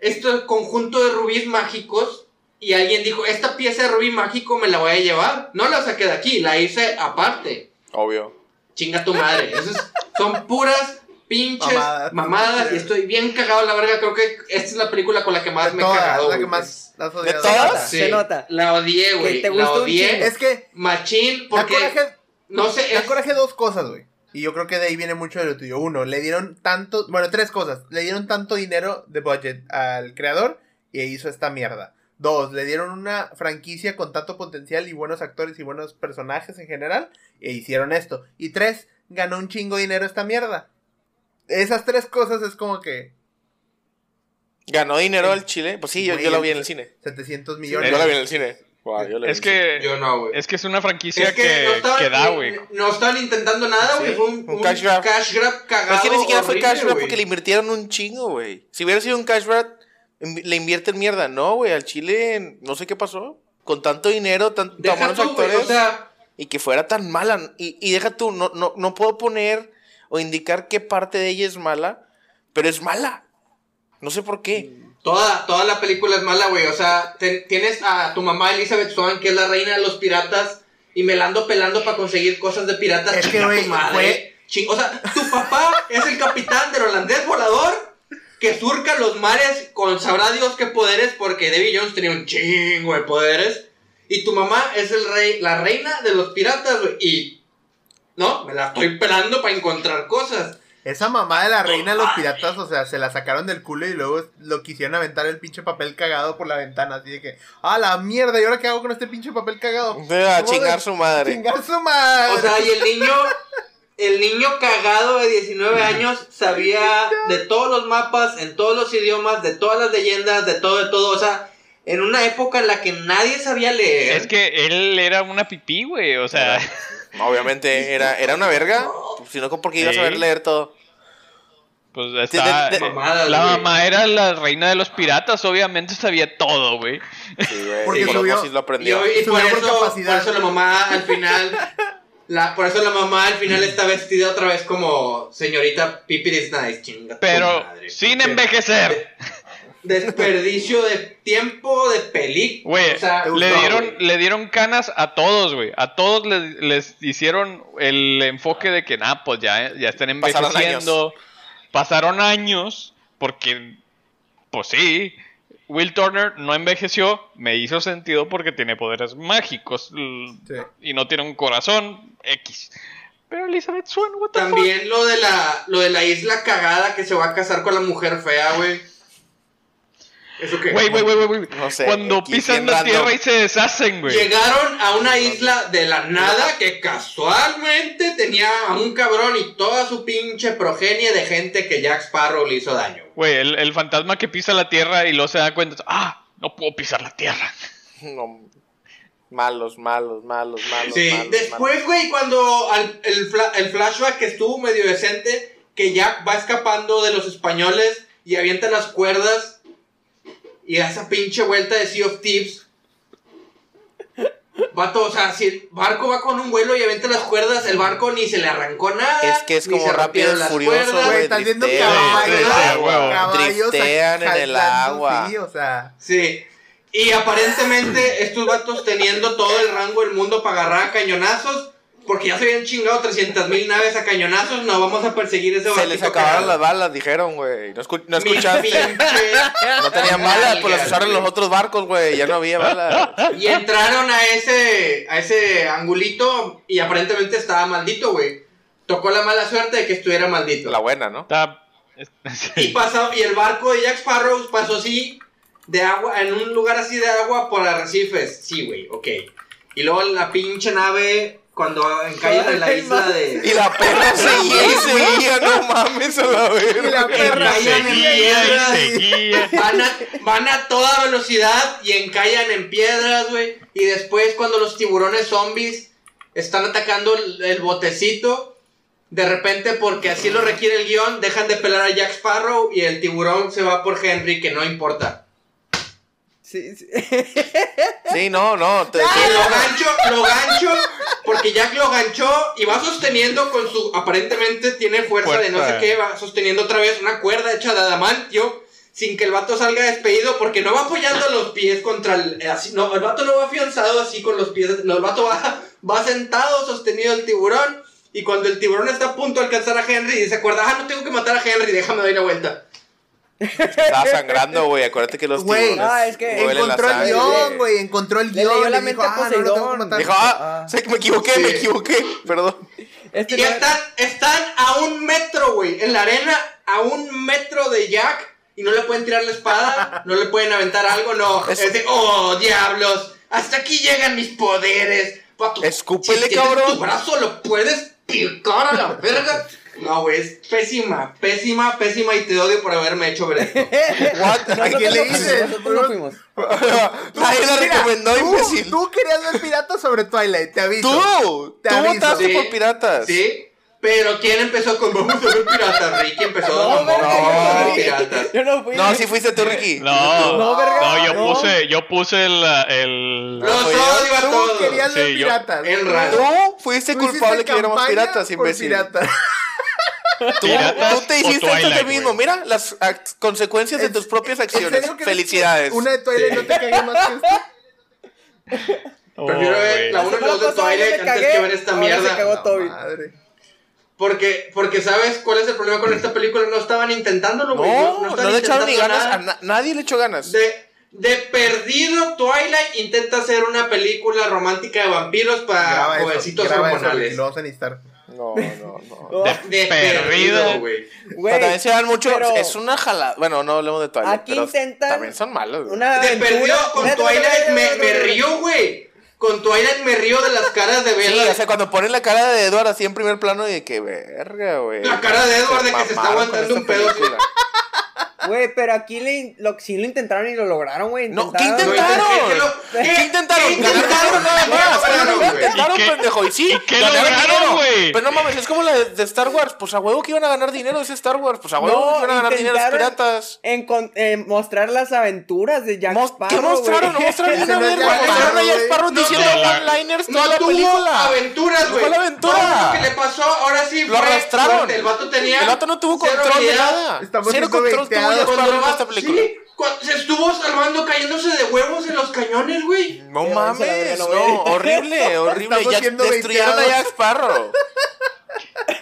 S4: este conjunto de rubíes mágicos y alguien dijo, esta pieza de rubí mágico me la voy a llevar, no la saqué de aquí, la hice aparte.
S2: Obvio.
S4: Chinga tu madre. Eso es- son puras pinches
S1: Mamadas.
S4: mamadas. Y estoy bien cagado, la verga. Creo que esta es la película con la que más
S1: De
S4: me he
S1: todas,
S4: cagado.
S1: la que
S4: güey.
S1: más la has
S2: ¿De
S1: odiado.
S2: todas?
S4: Sí,
S3: Se nota.
S4: La odié, güey.
S3: te
S4: La
S3: gustó un
S4: odié.
S3: chingo.
S1: Es que
S4: Machín,
S1: da
S4: porque.
S1: coraje,
S4: No sé.
S1: da
S4: es-
S1: coraje dos cosas, güey. Y yo creo que de ahí viene mucho de lo tuyo. Uno, le dieron tanto, bueno, tres cosas. Le dieron tanto dinero de budget al creador y hizo esta mierda. Dos, le dieron una franquicia con tanto potencial y buenos actores y buenos personajes en general e hicieron esto. Y tres, ganó un chingo de dinero esta mierda. Esas tres cosas es como que
S2: ¿Ganó dinero al Chile? Pues sí, yo, yo la vi en el cine.
S1: 700
S2: Yo
S1: millones.
S2: la vi en el cine. Wow, yo la vi
S5: Es
S2: en el cine.
S5: que,
S4: Yo no, güey.
S5: es que es una franquicia
S4: Es
S5: que, que da, güey.
S4: No estaban intentando nada, güey.
S2: Sí,
S4: Fue un,
S2: un
S4: un
S2: cash grab.
S4: cash grab cagado.
S2: Pero es que ni siquiera fue
S4: horrible,
S2: cash grab
S4: güey.
S2: porque le invirtieron un chingo, güey. Si hubiera sido un cash grab, Invi- Le invierten mierda. No, güey, al Chile no sé qué pasó. Con tanto dinero, tan, tan
S4: Deja
S2: buenos
S4: tú, güey,
S2: actores.
S4: o sea,
S2: y que fuera tan mala. Y, y deja tú, no, no, no puedo poner o indicar qué parte de ella es mala, pero es mala. No sé por qué.
S4: toda, toda la película es mala, güey. O sea, ten- tienes a tu mamá Elizabeth Swan, que es la reina de los piratas, y me la ando pelando para conseguir cosas de piratas.
S1: Es que,
S4: Chinga tu
S1: güey,
S4: madre.
S1: fue-
S4: Ching- o sea, tu papá es el capitán del holandés volador que surca los mares con sabrá Dios qué poderes, porque Debbie Jones tenía un chingo de poderes. Y tu mamá es el rey, la reina de los piratas, güey. Y. No, me la estoy pelando para encontrar cosas.
S1: Esa mamá de la reina de los piratas, o sea, se la sacaron del culo y luego lo quisieron aventar el pinche papel cagado por la ventana. Así de que, ¡ah, la mierda! ¿Y ahora qué hago con este pinche papel cagado?
S2: A chingar su madre.
S1: ¡Chingar su madre!
S4: O sea, y el niño, el niño cagado de 19 años sabía de todos los mapas, en todos los idiomas, de todas las leyendas, de todo, de todo. O sea, en una época en la que nadie sabía leer.
S5: Es que él era una pipí, güey. O sea,
S2: Obviamente era, era una verga, sino porque ibas a saber
S5: Sí.
S2: leer todo.
S5: pues estaba.
S2: de- de-
S4: Mamadas,
S5: la
S4: güey.
S5: mamá era la reina de los piratas, obviamente sabía todo, güey.
S2: Sí, güey.
S1: Porque
S2: y con
S1: subió-
S2: osmosis lo
S4: Y,
S2: aprendió.
S4: hoy- y por,
S1: Subió por
S4: eso,
S1: capacidad.
S4: por eso la mamá al final. La, por eso la mamá al
S5: Mm.
S4: final está vestida otra vez como señorita Pipi is nice, chinga tu
S5: Pero
S4: madre.
S5: sin
S4: Qué
S5: envejecer,
S4: Desperdicio de tiempo de película.
S5: güey.
S4: O sea,
S5: le
S4: no,
S5: dieron,
S4: güey.
S5: le dieron canas a todos, güey. A todos les, les hicieron el enfoque de que, nah, pues ya, ya están
S2: Pasaron años.
S5: envejeciendo. Pasaron años, porque, pues sí. Will Turner no envejeció, me hizo sentido porque tiene poderes mágicos l-
S1: Sí.
S5: y no tiene un corazón X. Pero Elizabeth Swan, what the fuck?
S4: También lo de la lo de la isla cagada que se va a casar con la mujer fea, güey. Eso que
S5: Güey, güey, güey, güey, güey.
S2: No sé,
S5: Cuando
S2: aquí
S5: pisan
S2: bien
S5: la
S2: random.
S5: tierra y se deshacen, güey.
S4: Llegaron a una isla de la nada que casualmente tenía a un cabrón y toda su pinche progenie de gente que Jack Sparrow le hizo daño.
S5: Güey, el, el fantasma que pisa la tierra y luego se da cuenta, ah, no puedo pisar la tierra.
S2: No, malos, malos, malos, malos.
S4: Sí,
S2: malos,
S4: después, güey, cuando al- el, fla- el flashback que estuvo medio decente, que Jack va escapando de los españoles y avienta las cuerdas y da esa pinche vuelta de Sea of Thieves. Vato, o sea, si el barco va con un vuelo y avienta las cuerdas, el barco ni se le arrancó nada.
S2: Es que es
S4: ni
S2: como
S4: se
S2: rápido y
S4: rompieron las
S2: furioso,
S4: cuerdas.
S1: Güey,
S2: güey.
S1: estás viendo
S2: driftea,
S1: caballos,
S5: driftea, huevo.
S1: caballos
S2: Driftean en el
S1: saltando,
S2: agua.
S1: Sí, o sea,
S4: Sí. Y aparentemente estos vatos teniendo todo el rango del mundo para agarrar a cañonazos, porque ya se habían chingado 300.000 naves a cañonazos, no vamos a perseguir ese
S2: Se les
S4: barquito
S2: acabaron las
S4: cagado.
S2: balas, dijeron, güey. No, escu- no
S4: Mis
S2: escuchaste.
S4: pinches
S2: No tenían balas, pues las
S4: nalgas,
S2: usaron los
S4: güey.
S2: otros barcos, güey. Ya no había balas.
S4: Y entraron a ese, a ese angulito y aparentemente estaba maldito, güey. Tocó la mala suerte de que estuviera maldito.
S2: La buena, ¿no?
S5: Está...
S4: Y
S5: sí.
S4: pasó, y el barco de Jack Sparrow pasó así de agua, en un lugar así de agua por arrecifes. Sí, güey, ok. Y luego la pinche nave cuando encalla en la
S3: Ay,
S4: isla
S2: Y
S4: de.
S2: la perra seguía y seguía, no mames a la
S1: y
S2: verga.
S1: la perra
S4: Caían en piedras.
S5: y seguía.
S4: Van a, van a toda velocidad y encallan en piedras, güey. Y después cuando los tiburones zombies están atacando el, el botecito, de repente porque así lo requiere el guión, dejan de pelar a Jack Sparrow y el tiburón se va por Henry, que no importa.
S3: Sí, sí.
S2: Sí, no, no. te-
S4: Que lo gancho, lo gancho, porque Jack lo ganchó y va sosteniendo con su. Aparentemente tiene fuerza, de no sé
S5: Fuerza.
S4: qué, va sosteniendo otra vez una cuerda hecha de adamantio. Sin que el vato salga despedido, porque no va apoyando los pies contra el. eh, Así, no, el vato no va afianzado así con los pies. No, el vato va, va sentado, sostenido el tiburón. Y cuando el tiburón está a punto de alcanzar a Henry, se acuerda, ah, no tengo que matar a Henry, déjame dar la vuelta.
S2: Estaba sangrando, güey. Acuérdate que los
S1: Güey,
S2: tiburones
S3: ah, es que
S2: mueven la
S1: encontró el
S2: sangre.
S1: guión, güey. Encontró el
S3: Le leyó
S1: guión. y
S3: la
S1: dijo,
S3: mente a
S1: ah, no, no tengo que
S3: Poseidón".
S1: matar.
S2: Dijo, ah,
S3: Ah.
S2: sé que me equivoqué,
S4: Sí.
S2: me equivoqué. Perdón.
S3: Este
S4: Y
S3: no-
S4: están, están a un metro, güey, en la arena, a un metro de Jack. Y no le pueden tirar la espada, no le pueden aventar algo, no.
S2: Es-
S4: Es, de, oh, diablos, hasta aquí llegan mis poderes. Pato,
S2: Escúpele,
S4: tienes
S2: cabrón.
S4: Tu brazo lo puedes picar a la verga. No, güey, es pésima, pésima, pésima. Y te odio por haberme hecho ver esto.
S2: What?
S3: Nosotros
S1: ¿A quién le
S3: no fuimos,
S1: dices?
S3: Nosotros no fuimos.
S2: Nadie
S1: Mira,
S2: la recomendó,
S1: tú-
S2: imbécil.
S1: Tú querías ver piratas sobre Twilight, te aviso.
S2: Tú, tú
S1: Te aviso.
S2: votaste
S4: Sí.
S2: por piratas.
S4: ¿Sí? Pero ¿quién empezó con Vamos a ver piratas? Ricky empezó con
S3: verga,
S4: Vamos
S2: no,
S4: a
S3: yo
S4: ver
S3: fui.
S4: piratas.
S3: Yo no fui.
S2: No, sí fuiste tú, Ricky.
S5: No,
S3: No, verga,
S5: no, yo
S3: no.
S5: puse, yo puse el, el-
S4: Los
S2: fui yo.
S4: odio a
S1: Tú
S4: todos.
S1: querías ver
S5: Sí, yo-
S1: piratas.
S4: El
S1: Tú
S4: raro.
S2: Tú fuiste
S1: hiciste
S2: culpable que viéramos
S1: Pues, campaña
S2: piratas,
S1: por
S2: imbécil.
S1: piratas.
S2: Tú,
S5: Piratas
S2: tú te
S5: o
S2: hiciste esto a ti
S5: Twilight,
S2: mismo.
S5: güey.
S2: Mira las ac- consecuencias de
S1: ¿En-
S2: tus propias
S1: ¿En serio
S2: acciones.
S1: crees que
S2: Felicidades.
S1: Una de Twilight no te caía más que esta.
S5: Oh,
S4: Prefiero ver la
S5: güey.
S4: 1 y la 2 de
S3: pasada yo me
S4: Twilight antes
S3: cagué,
S4: que ver esta
S3: ahora se
S4: mierda.
S3: cagó
S1: La
S3: Toby.
S1: Madre.
S4: Porque, porque ¿sabes cuál es el problema con esta película? No estaban intentándolo, güey.
S2: No, no,
S4: estaban
S2: le echaron ni
S4: intentando
S2: ganas.
S4: nada.
S2: A na- nadie le echó ganas.
S4: De, de perdido, Twilight intenta hacer una película romántica de vampiros
S1: Graba
S4: para
S1: eso,
S4: Ah, jovencitos
S1: graba eso,
S4: hormonales.
S1: y Lo vas a necesitar.
S2: No, no, no.
S3: No,
S4: De
S5: Perdida.
S4: perdido, güey.
S3: Oh, güey,
S2: pero también se dan mucho.
S3: pero
S2: Es una jalada. Bueno, no hablemos de Twilight.
S3: Aquí
S2: pero
S3: intentan
S2: También son malos. güey.
S3: Una
S4: De
S3: aventura-
S4: perdido con
S3: Espérate,
S4: Twilight
S3: espérate,
S4: me,
S3: espérate,
S4: me
S3: espérate.
S4: río, güey. Con Twilight me río de las caras de
S2: Sí,
S4: Bella.
S2: o sea, cuando ponen la cara de Edward así en primer plano y de que verga, güey.
S4: La cara de Edward de que se está
S2: mamaron con
S4: aguantando
S2: esta
S4: un pedo,
S2: película.
S3: Güey, pero aquí le, lo, sí lo intentaron y lo lograron, güey.
S2: No, ¿qué
S4: No,
S2: intentaron?
S4: es que lo-
S2: ¿Qué,
S4: ¿Qué
S2: intentaron?
S4: intentaron?
S2: Ganaron nada más.
S4: ¿Qué lograron,
S2: Ganaron,
S4: güey?
S2: intentaron,
S5: ¿Y qué-
S2: pendejo. Y sí.
S5: y qué
S2: ganaron
S5: lograron,
S2: dinero.
S5: güey?
S2: Pero no mames, es como la de, de Star Wars. Pues a huevo que iban a ganar dinero ese Star Wars. Pues a huevo
S3: No,
S2: que iban a ganar dinero los
S3: intentaron-
S2: piratas.
S3: En con- eh, mostrar las aventuras de Jack
S2: Mos- ¿Qué
S3: Sparrow,
S2: mostraron? No
S3: güey.
S2: mostraron ni
S1: Ese
S2: una
S1: no es
S2: verga.
S1: Jack
S2: Mostraron a
S1: Sparrow,
S2: Jack
S1: güey.
S2: Sparrow
S4: No
S2: diciendo
S5: tuvo-
S2: one-liners toda
S4: No
S2: la
S4: tuvo
S2: película.
S4: aventuras, güey.
S2: ¿Cuál aventura?
S4: Todo lo que le pasó, ahora sí
S2: Lo
S4: fue
S2: arrastraron.
S4: suerte. El vato tenía
S2: El vato no tuvo
S4: cero
S2: control de
S4: habilidad.
S2: nada.
S1: Estamos
S2: Cero
S1: siendo
S2: control tuvo
S1: veteados.
S2: Jack
S4: Cuando
S2: Sparrow
S4: el
S2: en
S4: vato-
S2: esta película.
S4: Sí, cua- se estuvo salvando cayéndose de huevos en los cañones, güey.
S2: No
S3: Eh, vamos a la verga,
S2: mames,
S3: no
S2: no,
S3: voy a-
S2: horrible, horrible.
S1: Estamos
S2: Jack-
S1: siendo
S2: destruyeron a
S1: veteados.
S2: Jack Sparrow.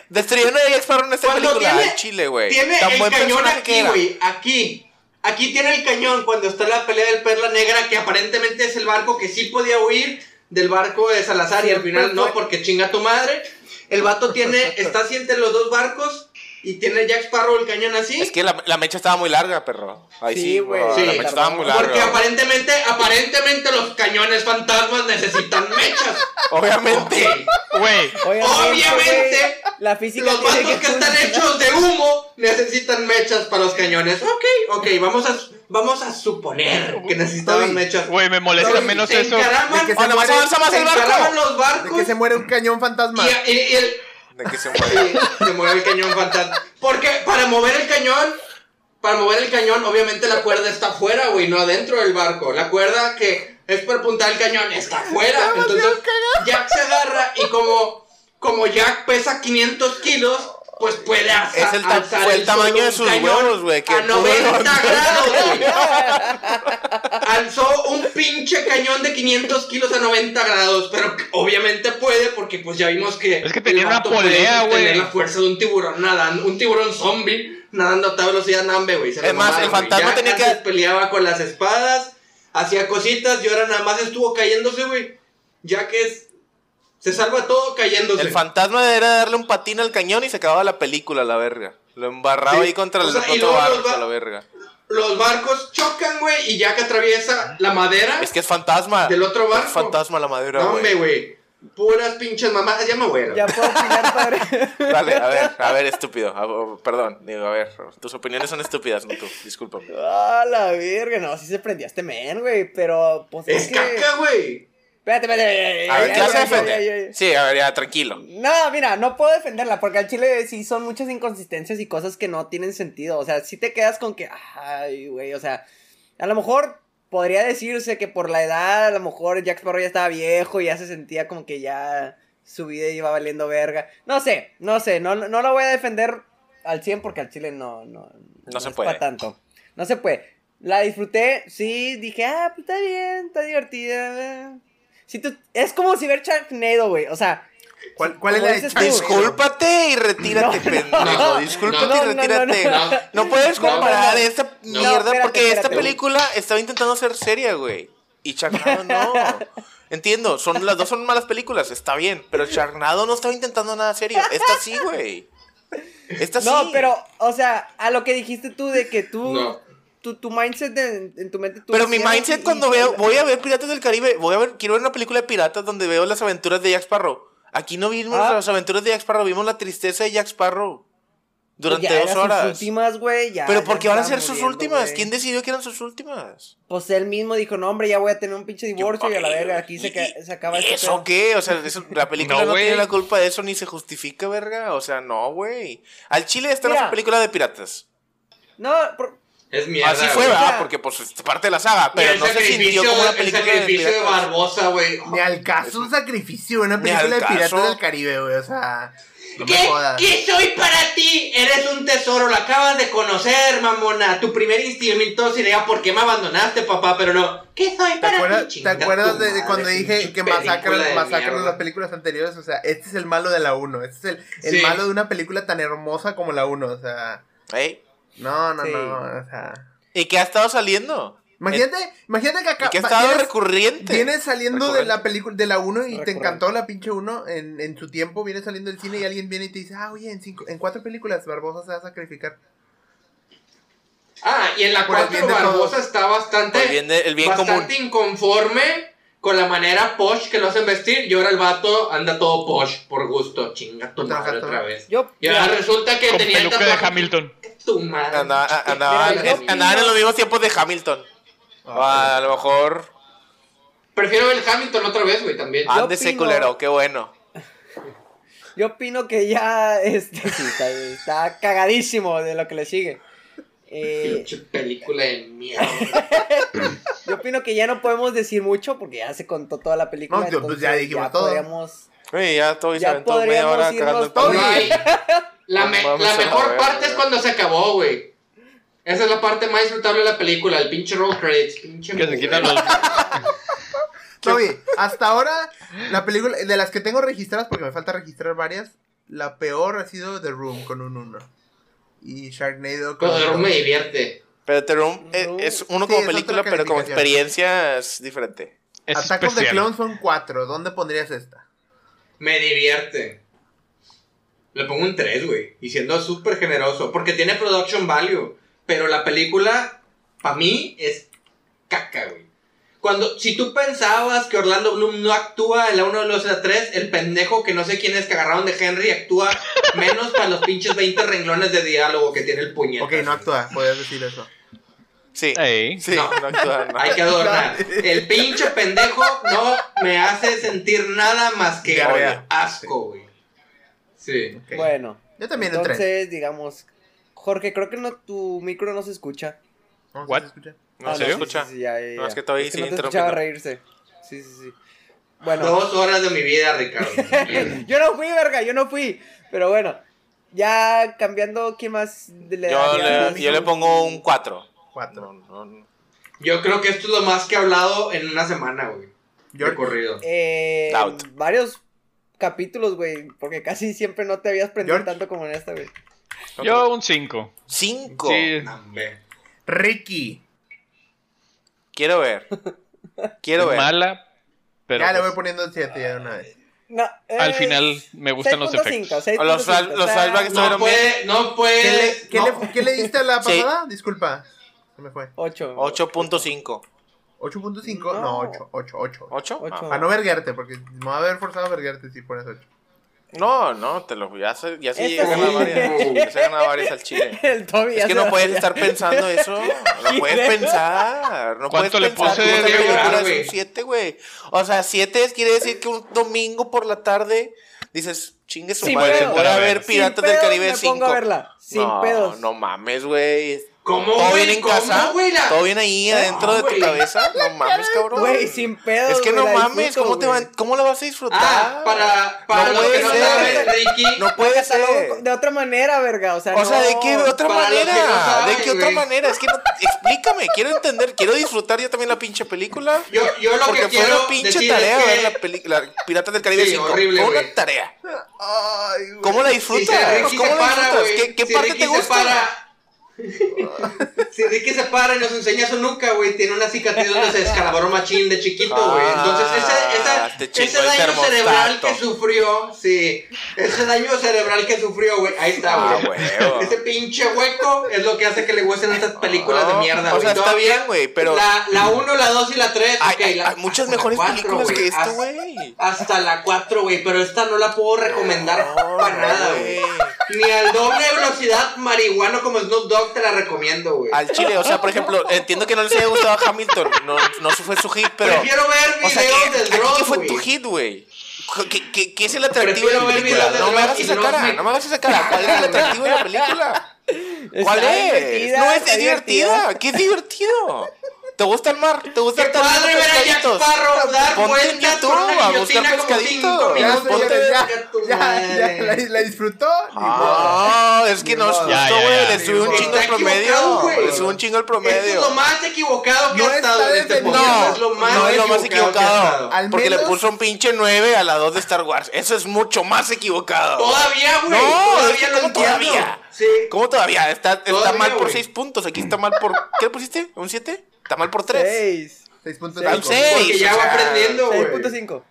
S2: destruyeron a Jack Sparrow en esta
S4: Cuando
S2: película.
S4: tiene-
S2: al Chile, güey.
S4: Tiene
S2: Tan
S4: el
S2: buen
S4: cañón
S2: personaje que
S4: aquí,
S2: era.
S4: güey. Aquí. Aquí tiene el cañón cuando está la pelea del Perla Negra, que aparentemente es el barco que sí podía huir del barco de Salazar y al final no, porque chinga tu madre. El vato tiene, está así entre los dos barcos y tiene Jack Sparrow el cañón así.
S2: Es que la, la mecha estaba muy larga, perro. Ahí
S3: Sí,
S2: sí,
S3: güey.
S2: güey.
S4: Sí.
S2: la mecha estaba muy larga.
S4: Porque aparentemente, aparentemente los cañones fantasmas necesitan mechas.
S2: Obviamente.
S4: Ok.
S5: Güey,
S4: Obviamente,
S3: güey, la física
S4: Los
S3: tiene
S4: vatos que están
S3: funcionar.
S4: hechos de humo necesitan mechas para los cañones. Ok, ok, vamos a, vamos a suponer que necesitaban
S1: Uy,
S4: mechas.
S5: güey, me molesta
S4: Los-
S5: menos
S4: se
S5: eso.
S4: encaraman-
S1: De que se
S2: Ahora más
S1: muere-
S2: avanza más
S4: se
S2: el
S4: encaraman
S2: barco.
S4: los
S1: De
S4: barcos
S1: que se muere un cañón fantasma.
S4: y, y- y el,
S2: De que se muere.
S4: y se mueve el cañón fantasma. Porque para mover el cañón, para mover el cañón, obviamente la cuerda está afuera, güey, no adentro del barco. La cuerda que es para apuntar el cañón está afuera. Entonces Jack se agarra y como, como Jack pesa 500 kilos, pues puede alza-
S2: Es el ta-
S4: alzar
S2: fue el
S4: solo
S2: tamaño de
S4: un
S2: sus
S4: cañón
S2: huevos, güey, que
S4: A 90
S2: pudo
S4: grados, güey. Alzó un pinche cañón de 500 kilos a 90 grados, pero que obviamente puede porque pues ya vimos que...
S5: Es que
S4: el
S5: tenía una
S4: vato puede
S5: polea, güey.
S4: Tener la fuerza de un tiburón nadando, un tiburón zombie nadando a toda velocidad, nambe, güey. se la
S2: Es más,
S4: mamaron,
S2: el
S4: güey.
S2: fantasma
S4: Ya
S2: tenía
S4: casi
S2: que-
S4: peleaba con las espadas, hacía cositas y ahora nada más estuvo cayéndose, güey. Ya que es... Se salva todo cayéndose.
S2: El fantasma era darle un patín al cañón y se acababa la película, la verga. Lo embarraba
S4: Sí.
S2: ahí contra
S4: O
S2: el
S4: sea, y
S2: otro
S4: luego los
S2: barco,
S4: va-
S2: la verga.
S4: Los barcos chocan, güey, y ya que atraviesa la madera...
S2: Es que es fantasma.
S4: Del otro barco.
S2: Es fantasma la madera,
S4: No, hombre,
S2: güey.
S4: güey. Puras pinches mamadas, ya me voy. ¿no?
S3: Ya puedo opinar, padre.
S2: Dale, a ver, a ver, estúpido. A- o- perdón, digo, a ver, tus opiniones son estúpidas, no tú.
S4: Eh,
S2: Discúlpame.
S3: Ah, la verga. No, sí se prendió este men, güey. Pero, pues es,
S4: Es
S3: que.
S4: caca, güey.
S3: Espérate, espérate, espérate.
S4: eh,
S2: A ver, ¿qué
S3: ay,
S2: vas a
S3: ay, ay, ay,
S2: defender?
S3: ay.
S2: Sí, a ver, ya, tranquilo.
S3: No, mira, no puedo defenderla porque al chile sí son muchas inconsistencias y cosas que no tienen sentido. O sea, sí te quedas con que, ay, güey, o sea, a lo mejor podría decirse que por la edad, a lo mejor Jack Sparrow ya estaba viejo y ya se sentía como que ya su vida iba valiendo verga. No sé, no sé, no, no lo voy a defender al 100 porque al chile no, no,
S2: se
S3: es
S2: puede.
S3: pa' tanto. No se puede. La disfruté, sí, dije, ah, pues está bien, está divertida. eh. Si tú, es como si ver Sharknado, güey, o sea.
S1: ¿Cuál, cuál es la
S3: Como
S1: de
S4: Ah,
S3: dices tú, güey.
S2: Discúlpate y retírate, pendejo.
S4: no,
S2: Discúlpate
S4: no,
S2: y retírate. No,
S4: No.
S2: puedes
S4: No,
S2: comparar
S3: no, no.
S2: esta
S4: No,
S2: mierda
S3: espérate,
S2: porque esta
S3: espérate.
S2: película estaba intentando ser seria, güey. Y Charnado no. Entiendo, son, las dos son malas películas, está bien. Pero Charnado no estaba intentando nada serio. Esta sí, güey. Esta sí.
S3: No, pero, o sea, a lo que dijiste tú de que tú,
S4: No.
S3: tu, tu mindset de- en, en tu mente. Tú
S2: Pero mi
S3: decías,
S2: mindset
S3: y-
S2: cuando
S3: y-
S2: veo, voy a ver Piratas del Caribe, voy a ver, quiero ver una película de piratas donde veo las aventuras de Jack Sparrow. Aquí no vimos
S3: Ah. Pues
S2: las aventuras de Jack Sparrow, vimos la tristeza de Jack Sparrow. Durante
S3: Ya
S2: dos
S3: eran sus
S2: horas.
S3: últimas, güey, ya.
S2: Pero
S3: ya
S2: porque van a ser
S3: estaba
S2: sus
S3: muriendo,
S2: últimas.
S3: güey.
S2: ¿Quién decidió que eran sus últimas?
S3: Pues él mismo dijo, no, hombre, ya voy a tener un pinche divorcio y a la verga, aquí se, ca- se acaba este
S2: ¿Eso
S3: pedo".
S2: qué? O sea, eso- la película
S5: No,
S2: no, tiene
S5: güey.
S2: la culpa de eso ni se justifica, verga. O sea, no, güey. Al chile esta era
S3: Mira.
S2: su película de piratas.
S3: No, por-
S4: Es mierda.
S2: Así fue,
S4: güey.
S2: ¿verdad?
S3: Ya.
S2: Porque pues es parte de la saga,
S4: Y
S2: pero
S4: el
S2: no se sintió
S4: sacrificio,
S2: como una
S4: el
S2: película de
S4: sacrificio de
S2: piratas.
S4: Barbosa, güey.
S1: Ni al caso un sacrificio, una
S2: Ni
S1: película
S2: al
S1: de piratas
S2: caso.
S1: del Caribe, güey. O sea, no me
S4: ¿Qué,
S1: jodas.
S4: ¿Qué soy para ti? Eres un tesoro, lo acabas de conocer, mamona. Tu primer instinto sería ¿por qué me abandonaste, papá? Pero no, ¿qué soy
S1: ¿Te
S4: para
S1: acuerdas,
S4: ti?
S1: ¿te
S4: Chinga
S1: acuerdas
S4: tu
S1: de, de
S4: madre,
S1: cuando dije
S4: pinche
S1: que
S4: película
S1: masacran,
S4: de
S1: masacran
S4: mierda.
S1: las películas anteriores? O sea, este es el malo de la 1. Este es el, el
S4: Sí.
S1: malo de una película tan hermosa como la 1. O sea,
S2: Ey,
S1: no, no,
S3: Sí.
S1: no. O sea,
S2: ¿Y qué ha estado saliendo?
S1: imagínate, imagínate que
S2: Eh, ¿Y
S1: acá.
S2: qué ha
S1: va-
S2: estado
S1: vienes-
S2: recurriente?
S1: Vienes saliendo de la
S2: Recurrente.
S1: película de la 1 y te
S3: Recurrente.
S1: encantó la pinche 1 en, en su tiempo, vienes saliendo del cine y alguien viene y te dice, ah, oye, en, cinco, en cuatro películas Barbosa se va a sacrificar.
S4: Ah, y en la
S1: Por el bien
S4: 4
S1: de
S4: Barbosa
S1: todos.
S4: está bastante,
S2: El bien, de- Pues, el bien común.
S4: bastante inconforme con la manera posh que lo hacen vestir. Y ahora el vato anda todo posh por gusto. Chinga tu
S1: Trabaja
S4: madre
S1: todo.
S4: otra vez.
S3: yo,
S4: Y ahora resulta que
S5: Con
S4: tenía
S5: peluca de
S4: tatuaje-
S5: Hamilton.
S4: Tu madre.
S2: Andaba- a- Andaban
S3: Mira, yo
S2: en- andaban en los
S3: opino-
S2: mismos tiempos de Hamilton. Ah, a lo mejor.
S4: Prefiero ver el Hamilton otra vez, güey, también.
S3: Ah.
S2: Ande ese
S3: opino-
S2: culero, qué bueno.
S3: yo opino que ya este, sí, está, está cagadísimo de lo que le sigue. Eh,
S4: Pinche película de mierda.
S3: yo opino que ya no podemos decir mucho porque ya se contó toda la película.
S1: No, yo- pues, ya
S3: entonces
S1: dijimos todo.
S3: podríamos-
S2: Ey, ya todo
S3: Ya
S2: se aventó media hora
S3: podríamos irnos
S2: cagando el
S3: todos.
S4: No
S2: palo.
S4: hay- La, me-
S2: Vamos
S4: la
S2: a
S4: mejor
S2: ver,
S4: parte
S2: güey.
S4: es cuando se acabó, güey. Esa es la parte más disfrutable de la película, el pinche roll credits, pinche
S5: Que se
S4: mugre.
S5: quitan los.
S1: Toby, hasta ahora, la película, de las que tengo registradas, porque me falta registrar varias, la peor ha sido The Room con un 1. Y Sharknado con
S4: Cuando
S1: un
S4: de
S1: dos.
S4: me divierte.
S2: Pero The Room eh,
S3: No.
S2: es uno
S1: Sí, es
S2: como
S1: otra
S2: película, pero como
S1: calificación.
S2: experiencia es diferente.
S5: Es
S1: Attack of the
S5: especial.
S1: Clones son 4. ¿Dónde pondrías esta?
S4: Me divierte. Le pongo un 3, güey. Y siendo súper generoso. Porque tiene production value. Pero la película, para mí, es caca, güey. Cuando, si tú pensabas que Orlando Bloom no actúa en la 1 de los 3, el pendejo que no sé quién es que agarraron de Henry actúa menos para los pinches 20 renglones de diálogo que tiene el puñetazo.
S1: Ok, no actúa, podrías decir eso.
S2: Sí.
S5: Ey.
S2: Sí, no,
S4: No.
S2: actúa, no.
S4: Hay que adornar. El pinche pendejo no me hace sentir nada más que
S2: Diarrea.
S4: asco, güey. Sí.
S1: Ok.
S3: Bueno,
S1: Yo también en 3.
S3: entonces digamos, Jorge, creo que no tu micro no se escucha.
S5: What?
S2: No
S3: Ah,
S2: se
S5: ¿sí?
S2: escucha.
S3: sí, sí, ya, ya,
S2: No, es
S3: ya.
S2: que todavía
S3: no
S2: sigue
S3: te escuchaba
S2: interrumpiendo.
S3: reírse. Sí, sí, sí. Bueno.
S4: Dos horas de mi vida, Ricardo.
S3: yo no fui, verga, yo no fui. Pero bueno, ya cambiando, ¿quién más le
S2: Yo
S3: daría
S2: le, yo le pongo un 4.
S1: 4.
S4: Yo creo que esto es lo más que he hablado en una semana, güey. De
S1: George,
S4: corrido.
S3: Eh,
S2: Out.
S3: varios capítulos, güey, porque casi siempre no te habías prendido
S1: George.
S3: tanto como en esta, güey.
S5: Yo un 5.
S2: 5.
S5: Sí.
S4: No, hombre.
S1: Ricky.
S2: Quiero ver. Quiero ver.
S5: Mala, pero.
S1: ya le voy
S5: pues,
S1: poniendo 7 ya de una vez.
S3: No,
S5: Al
S3: eh,
S5: final me gustan los
S3: 6.5,
S5: efectos.
S3: 6.5,
S2: Los sal-
S3: o
S2: los
S3: sea,
S2: salvajes-
S4: No
S2: Pero
S4: puede, no puede.
S1: ¿Qué le, qué
S4: no.
S1: le- qué le diste a la
S2: Sí.
S1: pasada? Disculpa. Se me fue.
S3: ocho.
S2: 8.5.
S1: 8.5, no.
S3: No.
S1: 8, 8, 8.
S2: ¿8?
S3: Ocho.
S1: Para no verguearte, porque me va a haber forzado a verguearte si pones 8.
S2: No, no, te lo ya se, ya se
S3: Esta
S2: llegan a
S4: sí.
S2: varias. Ya se llegan a varias al chile.
S3: El Toby
S2: Es
S3: ya
S2: que
S3: se
S2: no
S3: va
S2: puedes
S3: ya.
S2: estar pensando eso. No puedes pensar. No puedes
S5: ¿Cuánto le
S2: pensar.
S5: puse
S2: que
S5: de
S2: esta
S4: llorar,
S2: película es
S4: güey?
S2: un 7, güey. O sea, 7 quiere decir que un domingo por la tarde dices, chingue su
S3: Sin
S2: madre,
S3: pedo.
S2: voy a ver
S5: Sin
S2: Piratas
S3: Sin
S2: del
S3: pedos
S2: Caribe
S3: Me pongo a
S2: 5.
S3: verla, sin
S2: no,
S3: pedos.
S2: No mames, güey.
S4: ¿Cómo,
S2: ¿Todo
S4: güey?
S2: bien en
S4: ¿Cómo,
S2: casa?
S4: güey? La-
S2: ¿Todo bien ahí adentro de tu
S4: güey.
S2: cabeza? No mames, cabrón.
S3: Güey, sin pedos.
S2: Es que no
S3: güey, la
S2: mames,
S3: disfruto,
S2: ¿cómo, te
S3: güey.
S2: van- ¿cómo la vas a disfrutar?
S4: Ah, para, para
S2: No
S4: los que
S2: puede
S4: no
S2: ser.
S4: saben, Ricky.
S2: No puede ser.
S3: Catalogo de otra manera, verga. O sea,
S2: O sea,
S3: no.
S2: ¿de qué de otra
S4: para los que
S2: manera?
S4: no saben,
S2: ¿De qué otra
S4: güey.
S2: manera? Es que no- explícame, quiero entender, quiero disfrutar yo también la pinche película.
S4: Yo, yo lo
S2: Porque
S4: que
S2: fue
S4: quiero
S2: una pinche
S4: decir
S2: tarea
S4: es que
S2: ver la película Piratas del Caribe
S4: Sí,
S2: 5.
S4: horrible,
S2: fue una
S4: güey.
S2: tarea.
S1: Ay, güey.
S2: ¿Cómo la
S4: si
S2: disfrutas?
S4: se- Ricky
S2: ¿Cómo
S4: se
S2: la
S4: para,
S2: disfrutas?
S4: güey,
S2: ¿Qué, qué
S4: si
S2: parte
S4: Ricky
S2: te
S4: se
S2: gusta?
S4: para, Si Ricky se para y nos enseña su nuca, güey, tiene una cicatriz donde se descalabró machín de chiquito, güey. Entonces, ese, esa-
S2: Ah, te chingó
S4: ese
S2: el
S4: daño
S2: termostato.
S4: cerebral que sufrió, sí, ese daño cerebral que sufrió, güey, ahí está,
S2: Ah,
S4: güey.
S2: huevo.
S4: Ese pinche hueco es lo que hace que le gusten estas películas de
S2: No,
S4: mierda,
S2: O
S4: güey.
S2: sea, está
S4: Todavía
S2: bien, güey, pero
S4: La, la 1, la 2 y la 3,
S2: hay,
S4: ok.
S2: hay-
S4: la-
S2: hay muchas
S4: hasta la
S2: mejores
S4: cuatro, Ah,
S2: películas que
S4: hasta-
S2: esto, güey.
S4: Hasta la 4, güey, pero esta no la puedo recomendar
S2: No,
S4: para nada, güey. Ni al doble de velocidad marihuano como Snoop Dogg te la recomiendo, güey.
S2: Al chile, o sea, por ejemplo, entiendo que no les haya gustado Hamilton, no, no fue su hit, pero.
S4: Prefiero ver
S2: O sea,
S4: videos
S2: ¿qué,
S4: del
S2: aquí
S4: Dross,
S2: ¿qué fue
S4: güey.
S2: tu hit, güey? ¿Qué, qué, qué es el atractivo de
S4: Prefiero
S2: la
S4: ver
S2: película?
S4: videos de
S2: No me
S4: Dross
S2: hagas
S4: y
S2: esa
S4: Dross
S2: cara,
S4: me-
S2: no me hagas esa cara. ¿Cuál es el atractivo de la película? ¿Cuál
S3: Está
S2: es?
S3: divertida,
S2: No es
S3: está
S2: divertida, qué es divertido. ¿Te gusta el mar? ¿Te gusta
S4: ¡Qué
S2: estar viendo
S4: padre ver a Jack
S2: pescaditos?
S4: Sparrow dar
S2: Ponte en
S4: vueltas con
S2: YouTube
S4: una
S2: a buscar
S4: guillotina como cinco
S2: pescaditos.
S1: Ya,
S4: minutos!
S2: Ponte-
S1: señores, ya,
S4: Venga, tu
S1: ya, ya,
S4: madre.
S1: la, la disfrutó. Ni modo.
S2: Ah, es que no es
S1: Ya,
S2: justo,
S5: ya,
S2: güey.
S5: ya.
S2: Le sube un
S1: Está
S2: chingo el
S4: equivocado,
S2: promedio.
S4: güey.
S2: Le sube un chingo el
S4: Eso es lo
S2: promedio.
S4: más equivocado que
S1: No
S4: ha estado
S1: está
S4: en este
S1: defendiendo.
S4: podcast.
S2: No,
S4: Es lo más
S2: no es lo más
S4: equivocado que ha
S2: equivocado.
S4: estado.
S1: Al
S2: Porque le
S1: menos-
S2: puso un pinche 9 a la 2 de Star Wars. Eso es mucho más equivocado.
S4: Todavía, güey.
S2: No, es que
S4: todavía lo
S2: ¿cómo
S4: entiendo.
S2: todavía?
S4: Sí.
S2: ¿Cómo todavía? Está, está
S4: Todavía,
S2: mal por
S4: güey.
S2: 6 puntos. Aquí está mal por. ¿Qué le pusiste? ¿Un 7? Está mal por 3.
S3: Seis.
S1: puntos
S2: Seis.
S4: Porque ya
S2: o
S4: va
S2: sea,
S4: aprendiendo, güey.
S3: 6.5.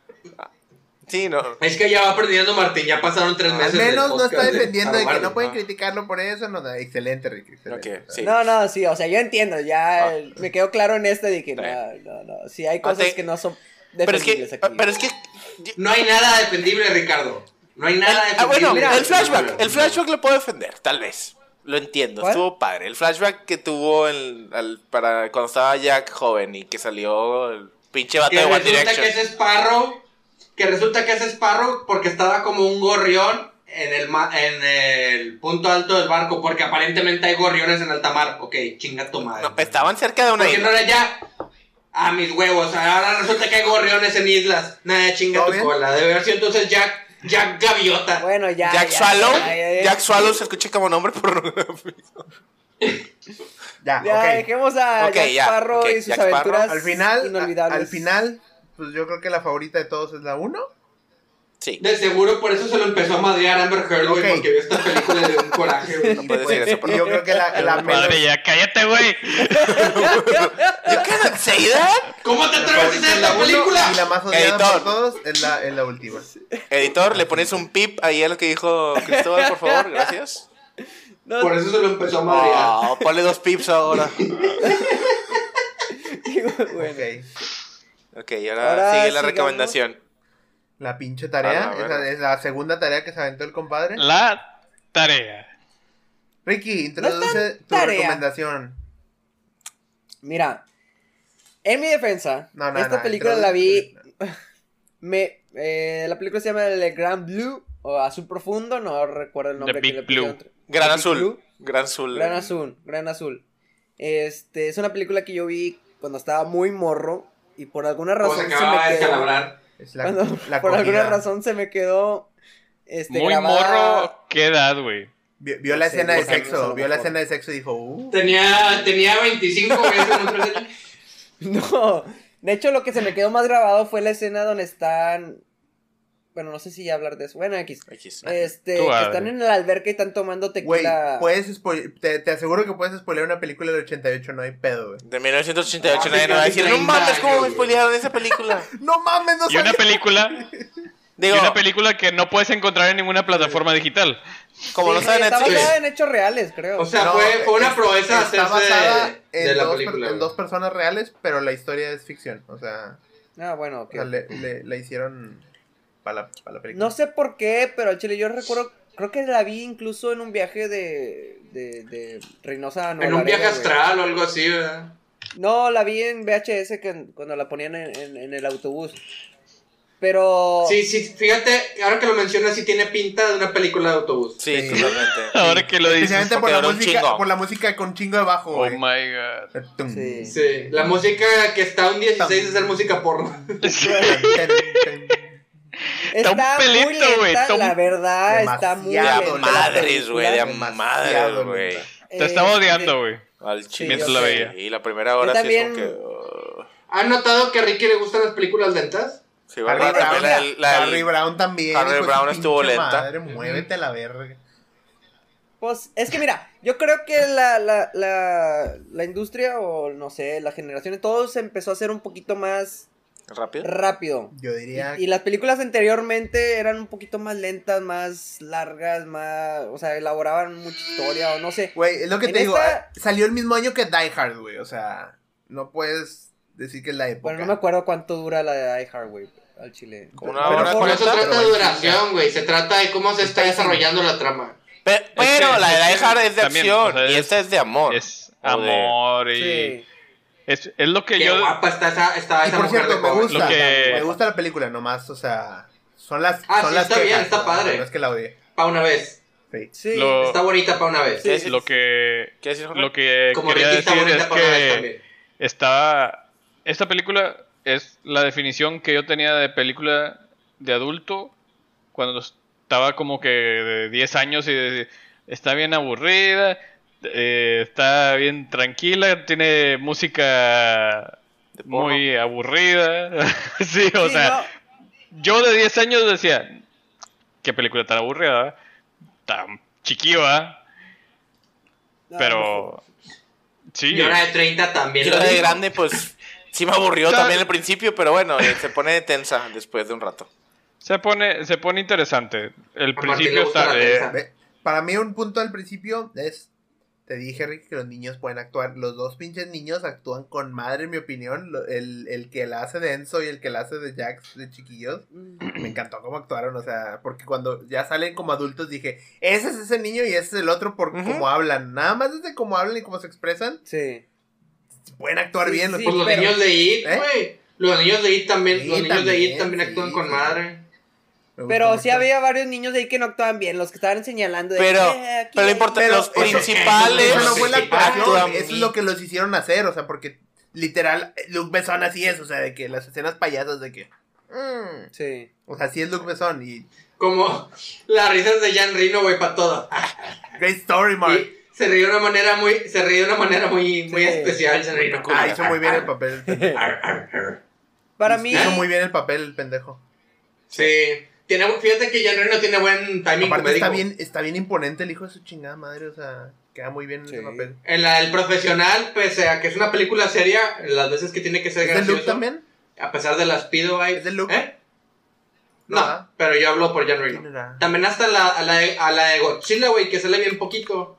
S2: Sí, no.
S4: Es que ya va aprendiendo, Martín. Ya pasaron tres meses.
S1: Al menos
S4: del
S1: no está
S4: podcast,
S1: defendiendo de que
S4: Tabarro.
S1: no pueden
S2: Ah.
S1: criticarlo por eso. No, no, excelente, Ricky. excelente.
S2: Ok, sí.
S3: No, no, sí, o sea, yo entiendo, ya
S2: Ah.
S3: eh, me quedó claro en este de que no,
S2: Bien.
S3: no, no, sí hay cosas
S2: Ante-
S3: que no son
S2: Pero es
S3: defendibles
S2: que.
S3: aquí.
S2: Pero es que.
S4: No hay nada defendible, Ricardo. No hay nada
S2: Ah,
S4: defendible.
S2: bueno,
S3: Mira,
S2: el flashback. El flashback lo puedo defender, tal vez. Lo entiendo,
S3: ¿Cuál?
S2: estuvo padre. El flashback que tuvo el, al- para cuando estaba Jack joven y que salió el pinche vato
S4: Que
S2: de One
S4: resulta
S2: Direction.
S4: que ese Sparrow. Que resulta que ese Sparrow porque estaba como un gorrión en el, ma- en el punto alto del barco. Porque aparentemente hay gorriones en alta mar. Ok, chinga tu madre.
S2: No, estaban cerca de una
S4: Porque no
S2: isla.
S4: era ya. A mis huevos, ahora resulta que hay gorriones en islas. Nada, chinga
S1: ¿Todo
S4: tu
S1: bien?
S4: cola. Debe haber sido entonces Jack, Jack Gaviota.
S3: Bueno, ya.
S2: Jack
S3: ya,
S2: Swallow.
S3: ya, ya, ya.
S2: Jack Swallow se escucha como nombre por.
S1: Ya,
S3: Ya,
S1: Ah, ok.
S3: dejemos a
S2: Ok,
S3: Jack
S2: ya,
S3: Sparrow
S2: ok,
S3: y sus
S2: Jack Sparrow.
S3: aventuras
S1: Al final, a-
S3: inolvidables.
S1: al final, pues yo creo que la favorita de todos es la 1.
S2: Sí.
S4: De seguro por eso se lo empezó a madrear Amber Heard, güey,
S1: Ok.
S4: porque vio esta película de un coraje, güey.
S2: puedes decir eso, por
S1: Y yo creo que la, la
S5: Madre,
S1: menos...
S5: ya cállate, güey.
S2: You can't say that.
S4: ¿Cómo te atreves a hacer esta
S1: uno
S4: película?
S1: Y la más odiada
S2: Editor.
S1: por todos es la, es la última.
S2: Editor, le pones un pip ahí a lo que dijo Cristóbal, por favor, gracias.
S3: No,
S4: Por eso se lo empezó a
S1: Ah.
S4: madrear.
S3: Ah.
S2: Oh, ponle dos pips ahora.
S3: bueno.
S1: Ok.
S2: Ok, y ahora,
S3: Ahora
S2: sigue la
S3: sigamos.
S2: recomendación.
S1: La pinche
S2: A
S1: tarea.
S2: la
S1: esa
S2: verga.
S1: es la segunda tarea que se aventó el compadre.
S5: La tarea.
S1: Ricky,
S3: No es tan
S1: introduce tu
S3: tarea.
S1: recomendación.
S3: Mira, en mi defensa,
S1: No, no,
S3: esta
S1: no,
S3: película
S1: introduce
S3: la
S1: tu
S3: vi.
S1: película.
S3: Me, eh, la película se llama El Gran Blue o Azul Profundo, no recuerdo el nombre. que
S5: Big
S3: le
S5: Blue.
S3: pusieron.
S2: Gran
S3: The Big
S2: azul.
S3: Blue.
S2: Gran azul.
S3: Gran Azul, Gran Azul. Este, es una película que yo vi cuando estaba muy morro y por alguna
S4: O
S3: razón
S4: se
S3: se
S4: acababa de
S3: me quedó.
S4: descalabrar.
S1: Es la,
S3: cuando-
S1: la
S3: por alguna
S1: comida.
S3: razón se me quedó este,
S5: Muy
S3: grabada.
S5: morro, ¿qué edad, güey?
S1: Vio, vio la
S3: No sé,
S1: escena de
S3: por ejemplo, a
S1: sexo.
S3: lo
S1: Vio la
S3: mejor.
S1: escena de sexo y dijo, uh.
S4: Tenía, tenía 25 veces en otros años.
S3: No, de hecho lo que se me quedó más grabado fue la escena donde están... Bueno, no sé si ya hablar de eso. Bueno, X.
S2: X.
S3: Este,
S5: Tú
S3: que
S5: habla.
S3: están en el alberca y están tomando
S1: Güey,
S3: tequila.
S2: pues,
S1: puedes spoil- te, te aseguro que puedes spoiler una película del 88, no hay pedo, güey.
S2: De 1988
S4: Ah,
S2: nadie nos va a decir, no
S4: 30
S2: mames, ¿cómo me
S4: años, güey.
S2: spoilearon esa película?
S1: No mames, no
S5: Y una
S1: sabía.
S5: película, y
S2: Digo,
S5: una película que no puedes encontrar en ninguna plataforma digital.
S2: como no
S3: Sí,
S2: saben
S3: Está
S2: Netflix.
S3: basada en hechos reales, creo.
S4: O sea,
S1: No,
S4: fue, fue una
S1: es-
S4: proeza
S1: Está
S4: hacerse
S1: basada
S4: de,
S1: en,
S4: de la
S1: dos, per-
S4: película.
S1: en dos personas reales, pero la historia es ficción. O sea,
S3: ah, bueno, ok.
S1: o sea, le, le- la hicieron para la, pa' la película.
S3: No sé por qué, pero al chile yo recuerdo, creo que la vi incluso en un viaje de, de, de Reynosa a Nuevo
S4: En un viaje
S3: Laredo, güey.
S4: astral o algo así, ¿verdad?
S3: No, la vi en VHS que- cuando la ponían en, en- en el autobús. Pero...
S4: Sí, sí, fíjate, ahora que lo mencionas, sí tiene pinta de una película de autobús.
S2: Sí,
S1: Sí.
S2: totalmente.
S5: Ahora que lo dices.
S1: Especialmente por la,
S2: porque era un
S1: música,
S2: chingo.
S1: por la música con chingo de bajo,
S5: Oh
S1: güey.
S5: my god.
S1: Tum,
S3: Sí.
S4: Sí, la música que está a un 16 de ser música porno.
S1: tan, tan, tan.
S3: Está,
S5: Está un
S3: muy
S5: pelito, güey,
S3: lenta,
S5: está un-
S3: la verdad, Ah, está muy
S2: De
S1: Demasiado
S2: a
S1: Dale,
S3: lenta la
S2: madres,
S3: película.
S2: güey, de a
S1: Demasiado
S2: madres,
S1: lenta.
S2: güey.
S5: Te estaba
S3: Este,
S5: odiando, güey.
S2: Al
S3: Sí,
S2: chile.
S3: yo
S5: sé.
S2: Y la primera hora
S3: Yo
S2: sí es como que.
S3: también-
S2: oh,
S4: ¿Han notado que a Ricky le gustan las películas lentas?
S2: Sí,
S1: Harry
S2: ¿verdad?
S1: Brown,
S2: También la, la-
S1: Harry Brown también.
S2: Harry
S1: hijo de su
S2: Brown estuvo
S1: pinche
S2: lenta.
S1: Madre, muévete a la verga.
S3: Pues es que mira, yo creo que la, la, la, la industria o no sé, la generación de todos empezó a ser un poquito más
S2: ¿Rápido?
S3: rápido.
S1: Yo diría
S3: Y, y las películas anteriormente eran un poquito más lentas, más largas, más... O sea, elaboraban mucha historia o no sé.
S1: Güey, es lo que
S3: En
S1: te digo.
S3: esta-
S1: ah, Salió el mismo año que Die Hard, güey. O sea, no puedes decir que es la época.
S3: Bueno, no me acuerdo cuánto dura la de Die Hard, güey, al chile.
S2: Como una
S1: Pero
S2: hora
S1: por
S4: No se
S2: cuarenta.
S1: pero
S4: trata de
S1: en
S4: duración, güey. Se trata de cómo se está desarrollando la trama.
S2: Pe- Pero,
S5: que-
S2: la de Die Hard es de
S5: también,
S2: acción
S5: o sea,
S2: y
S5: es-
S2: esta es de amor.
S5: Es
S2: O de-
S5: amor y.
S3: Sí.
S5: Es, es lo que
S4: Qué
S5: yo.
S4: guapa está esa, está
S1: Y
S4: Ah, esa
S1: por
S4: mujer
S1: cierto,
S4: de
S1: me
S4: joven.
S1: gusta.
S5: Lo que-
S1: Me gusta la película, nomás, o sea. Son las.
S4: Ah,
S1: son
S4: sí,
S1: las
S4: está bien,
S1: quejas,
S4: está
S1: ¿no?
S4: padre.
S1: No es que la odie.
S4: Pa' una vez.
S1: Sí.
S3: Sí.
S5: Lo-
S4: Está bonita pa' una vez.
S2: Sí.
S5: Lo que.
S2: ¿Quieres decir, Jorge?
S5: Lo que
S4: Como
S5: quería
S4: Ricky está
S5: decir es
S4: bonita pa' una vez
S5: que
S4: también.
S5: está. Esta película es la definición que yo tenía de película de adulto cuando estaba como que de 10 años y de- está bien aburrida, eh, está bien tranquila, tiene música
S2: De porno.
S5: muy aburrida. sí, o
S3: Sí,
S5: sea,
S3: no,
S5: Yo de 10 años decía, qué película tan aburrida, ¿verdad? tan chiquiva,
S3: no,
S5: pero sí,
S4: Y ahora de 30 también.
S2: Yo
S4: lo
S2: de
S4: digo.
S2: grande, pues sí me aburrió
S5: Claro.
S2: también al principio, pero bueno, eh, se pone tensa después de un rato.
S5: se pone se pone interesante. El
S4: Martín
S5: principio
S4: le gusta
S5: está
S4: la
S5: eh,
S4: tensa.
S1: Ve, Para mí, un punto al principio es. Te dije, Rick, que los niños pueden actuar. Los dos pinches niños actúan con madre, en mi opinión. Lo- El, el que la hace de Enzo y el que la hace de Jax, de chiquillos.
S3: no.
S1: Me encantó cómo actuaron, o sea, porque cuando ya salen como adultos dije, ese es ese niño y ese es el otro por
S2: Ujú.
S1: cómo hablan. Nada más desde cómo hablan y cómo se expresan,
S3: Sí.
S1: pueden actuar
S3: Sí,
S1: bien. los
S3: sí,
S4: Pues los
S3: pero-
S4: niños de IT,
S1: ¿Eh?
S4: güey. Los niños de IT también,
S1: Sí,
S4: los niños de
S1: también,
S4: IT también actúan
S1: sí,
S4: con
S1: sí.
S4: madre.
S1: Me gustó
S3: Pero
S1: mucho.
S3: sí había varios niños ahí que no actuaban bien, los que estaban señalando. de,
S2: Pero-
S3: "Eh, aquí
S2: pero lo
S3: hay".
S2: importante-
S1: Pero
S2: los
S1: eso-
S2: principales-
S1: Eso no fue la
S2: Actúan
S1: actuación, eso
S2: bien.
S1: es lo que los hicieron hacer, o sea, porque literal, Luke Besson así es, o sea, de que las escenas payasas de que. mm,
S3: Sí.
S1: o sea, así es Luke Besson y.
S4: Como las risas de Jan Reno, güey, para todo.
S5: Ah,
S1: Great story, Mark.
S4: Y se ríe de una manera muy, se ríe de una manera muy, muy
S3: Sí.
S4: especial, Jan Reno.
S1: Ah, hizo muy bien el papel. el pendejo.
S3: Para mí,
S1: Hizo muy bien el papel, el pendejo.
S4: Sí. Tiene, fíjate que Jan Reno tiene buen timing
S1: Aparte está
S4: comédico.
S1: bien, está bien imponente el hijo de su chingada madre, o sea, queda muy bien en
S3: Sí.
S1: ese papel.
S4: En la del profesional, pese a que es una película seria, las veces que tiene que ser
S1: ¿Es de
S4: gracioso.
S1: Luke también?
S4: A pesar de las pido ahí.
S1: ¿Es de Luke?
S4: ¿Eh?
S1: No,
S4: No,
S1: ¿ah?
S4: pero yo hablo por Jan
S1: ¿Quién
S4: Reno.
S1: era?
S4: También hasta la, a, la de, a la de Godzilla, güey, que sale bien poquito.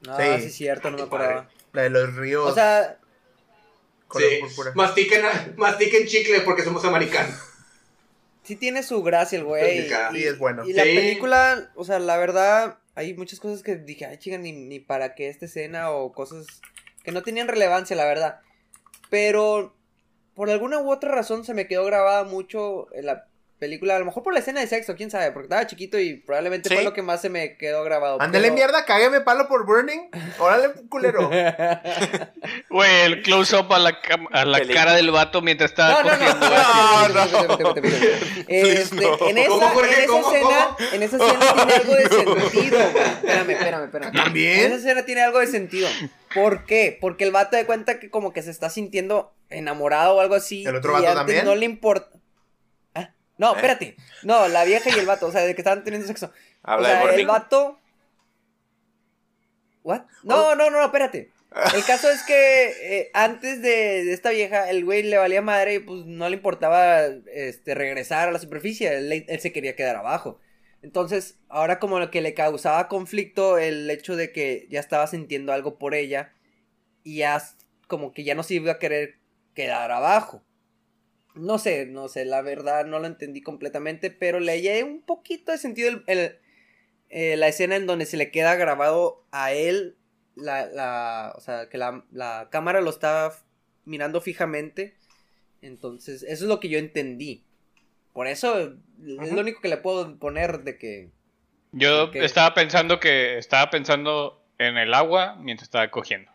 S3: No,
S1: Sí.
S3: sí, es cierto, no me acordaba.
S1: La de los ríos
S3: O sea,
S1: color
S4: sí.
S1: púrpura.
S4: Mastiquen, mastiquen chicle porque somos americanos.
S3: sí tiene su gracia el güey.
S4: Sí,
S1: es bueno.
S3: Y la
S4: Sí.
S3: película, o sea, la verdad, hay muchas cosas que dije, ay, chica, ni, ni para qué esta escena o cosas que no tenían relevancia, la verdad. Pero por alguna u otra razón se me quedó grabada mucho en la película. A lo mejor por la escena de sexo, quién sabe, porque estaba chiquito y probablemente
S2: Sí.
S3: fue lo que más se me quedó grabado.
S1: Ándale
S3: pero-
S1: mierda, cágame palo por Burning. Órale, culero.
S5: güey, el close up a la cam- a la
S2: Película.
S5: cara del vato mientras estaba
S3: No, no, no,
S5: cogiendo.
S2: No,
S3: no,
S2: no.
S3: espérate, espérate, espérate. Este,
S2: no.
S3: En esa,
S4: ¿Cómo, Jorge?
S3: en esa
S4: ¿Cómo,
S3: escena,
S4: cómo?
S3: en esa escena tiene algo de sentido, güey. Espérame, espérame, espérame.
S1: ¿También?
S3: En esa escena tiene algo de sentido. ¿Por qué? Porque el vato de cuenta que como que se está sintiendo enamorado o algo así.
S1: ¿El otro
S3: y
S1: vato
S3: antes
S1: también?
S3: No le importa. Ah, No,
S2: ¿Eh?
S3: espérate. No, la vieja y el vato, o sea, de que estaban teniendo sexo.
S2: Habla
S3: o sea,
S2: de Burning.
S3: el vato. ¿What?
S2: Oh.
S3: No, no, no, espérate. El caso es que eh, antes de, de esta vieja, el güey le valía madre y pues no le importaba este, regresar a la superficie. Él, le- él se quería quedar abajo. Entonces, ahora como lo que le causaba conflicto el hecho de que ya estaba sintiendo algo por ella y ya s- como que ya no se iba a querer quedar abajo. No sé, no sé, la verdad no lo entendí completamente, pero le hallé un poquito de sentido el- el- eh, la escena en donde se le queda grabado a él, la, la, o sea, que la, la cámara lo está f- mirando fijamente. Entonces, eso es lo que yo entendí. Por eso es
S2: Ujú.
S3: lo único que le puedo poner de que...
S5: Yo
S3: Ok.
S5: estaba pensando que estaba pensando en el agua mientras estaba cogiendo.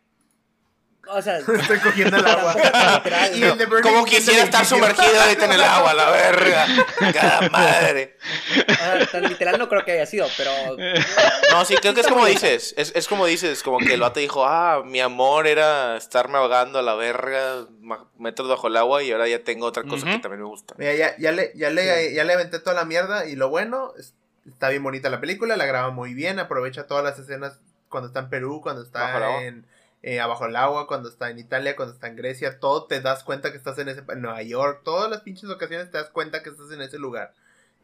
S3: O sea,
S1: Estoy cogiendo el agua.
S3: tampoco tan literal,
S1: Y
S3: ¿no?
S1: el de Burning
S2: Como
S1: es el
S2: quisiera estar
S1: edificio.
S2: sumergido ahorita en el agua, la verga. Cada madre.
S3: O sea, tan literal no creo que haya sido, pero...
S2: No, sí, creo que es
S3: Está
S2: como
S3: muy bien.
S2: dices. Es, es como dices, como que el vato dijo, ah, mi amor era estarme ahogando a la verga, ma- metros bajo el agua y ahora ya tengo otra cosa
S5: Ujú.
S2: que también me gusta.
S1: Mira, ya, ya le, ya, le, ya le aventé toda la mierda y lo bueno es Está bien bonita la película, la graba muy bien, aprovecha todas las escenas cuando está en Perú, cuando
S2: Bajo el agua.
S1: está en eh, abajo el agua, cuando está en Italia, cuando está en Grecia, todo te das cuenta que estás en ese en Nueva York, todas las pinches ocasiones te das cuenta que estás en ese lugar.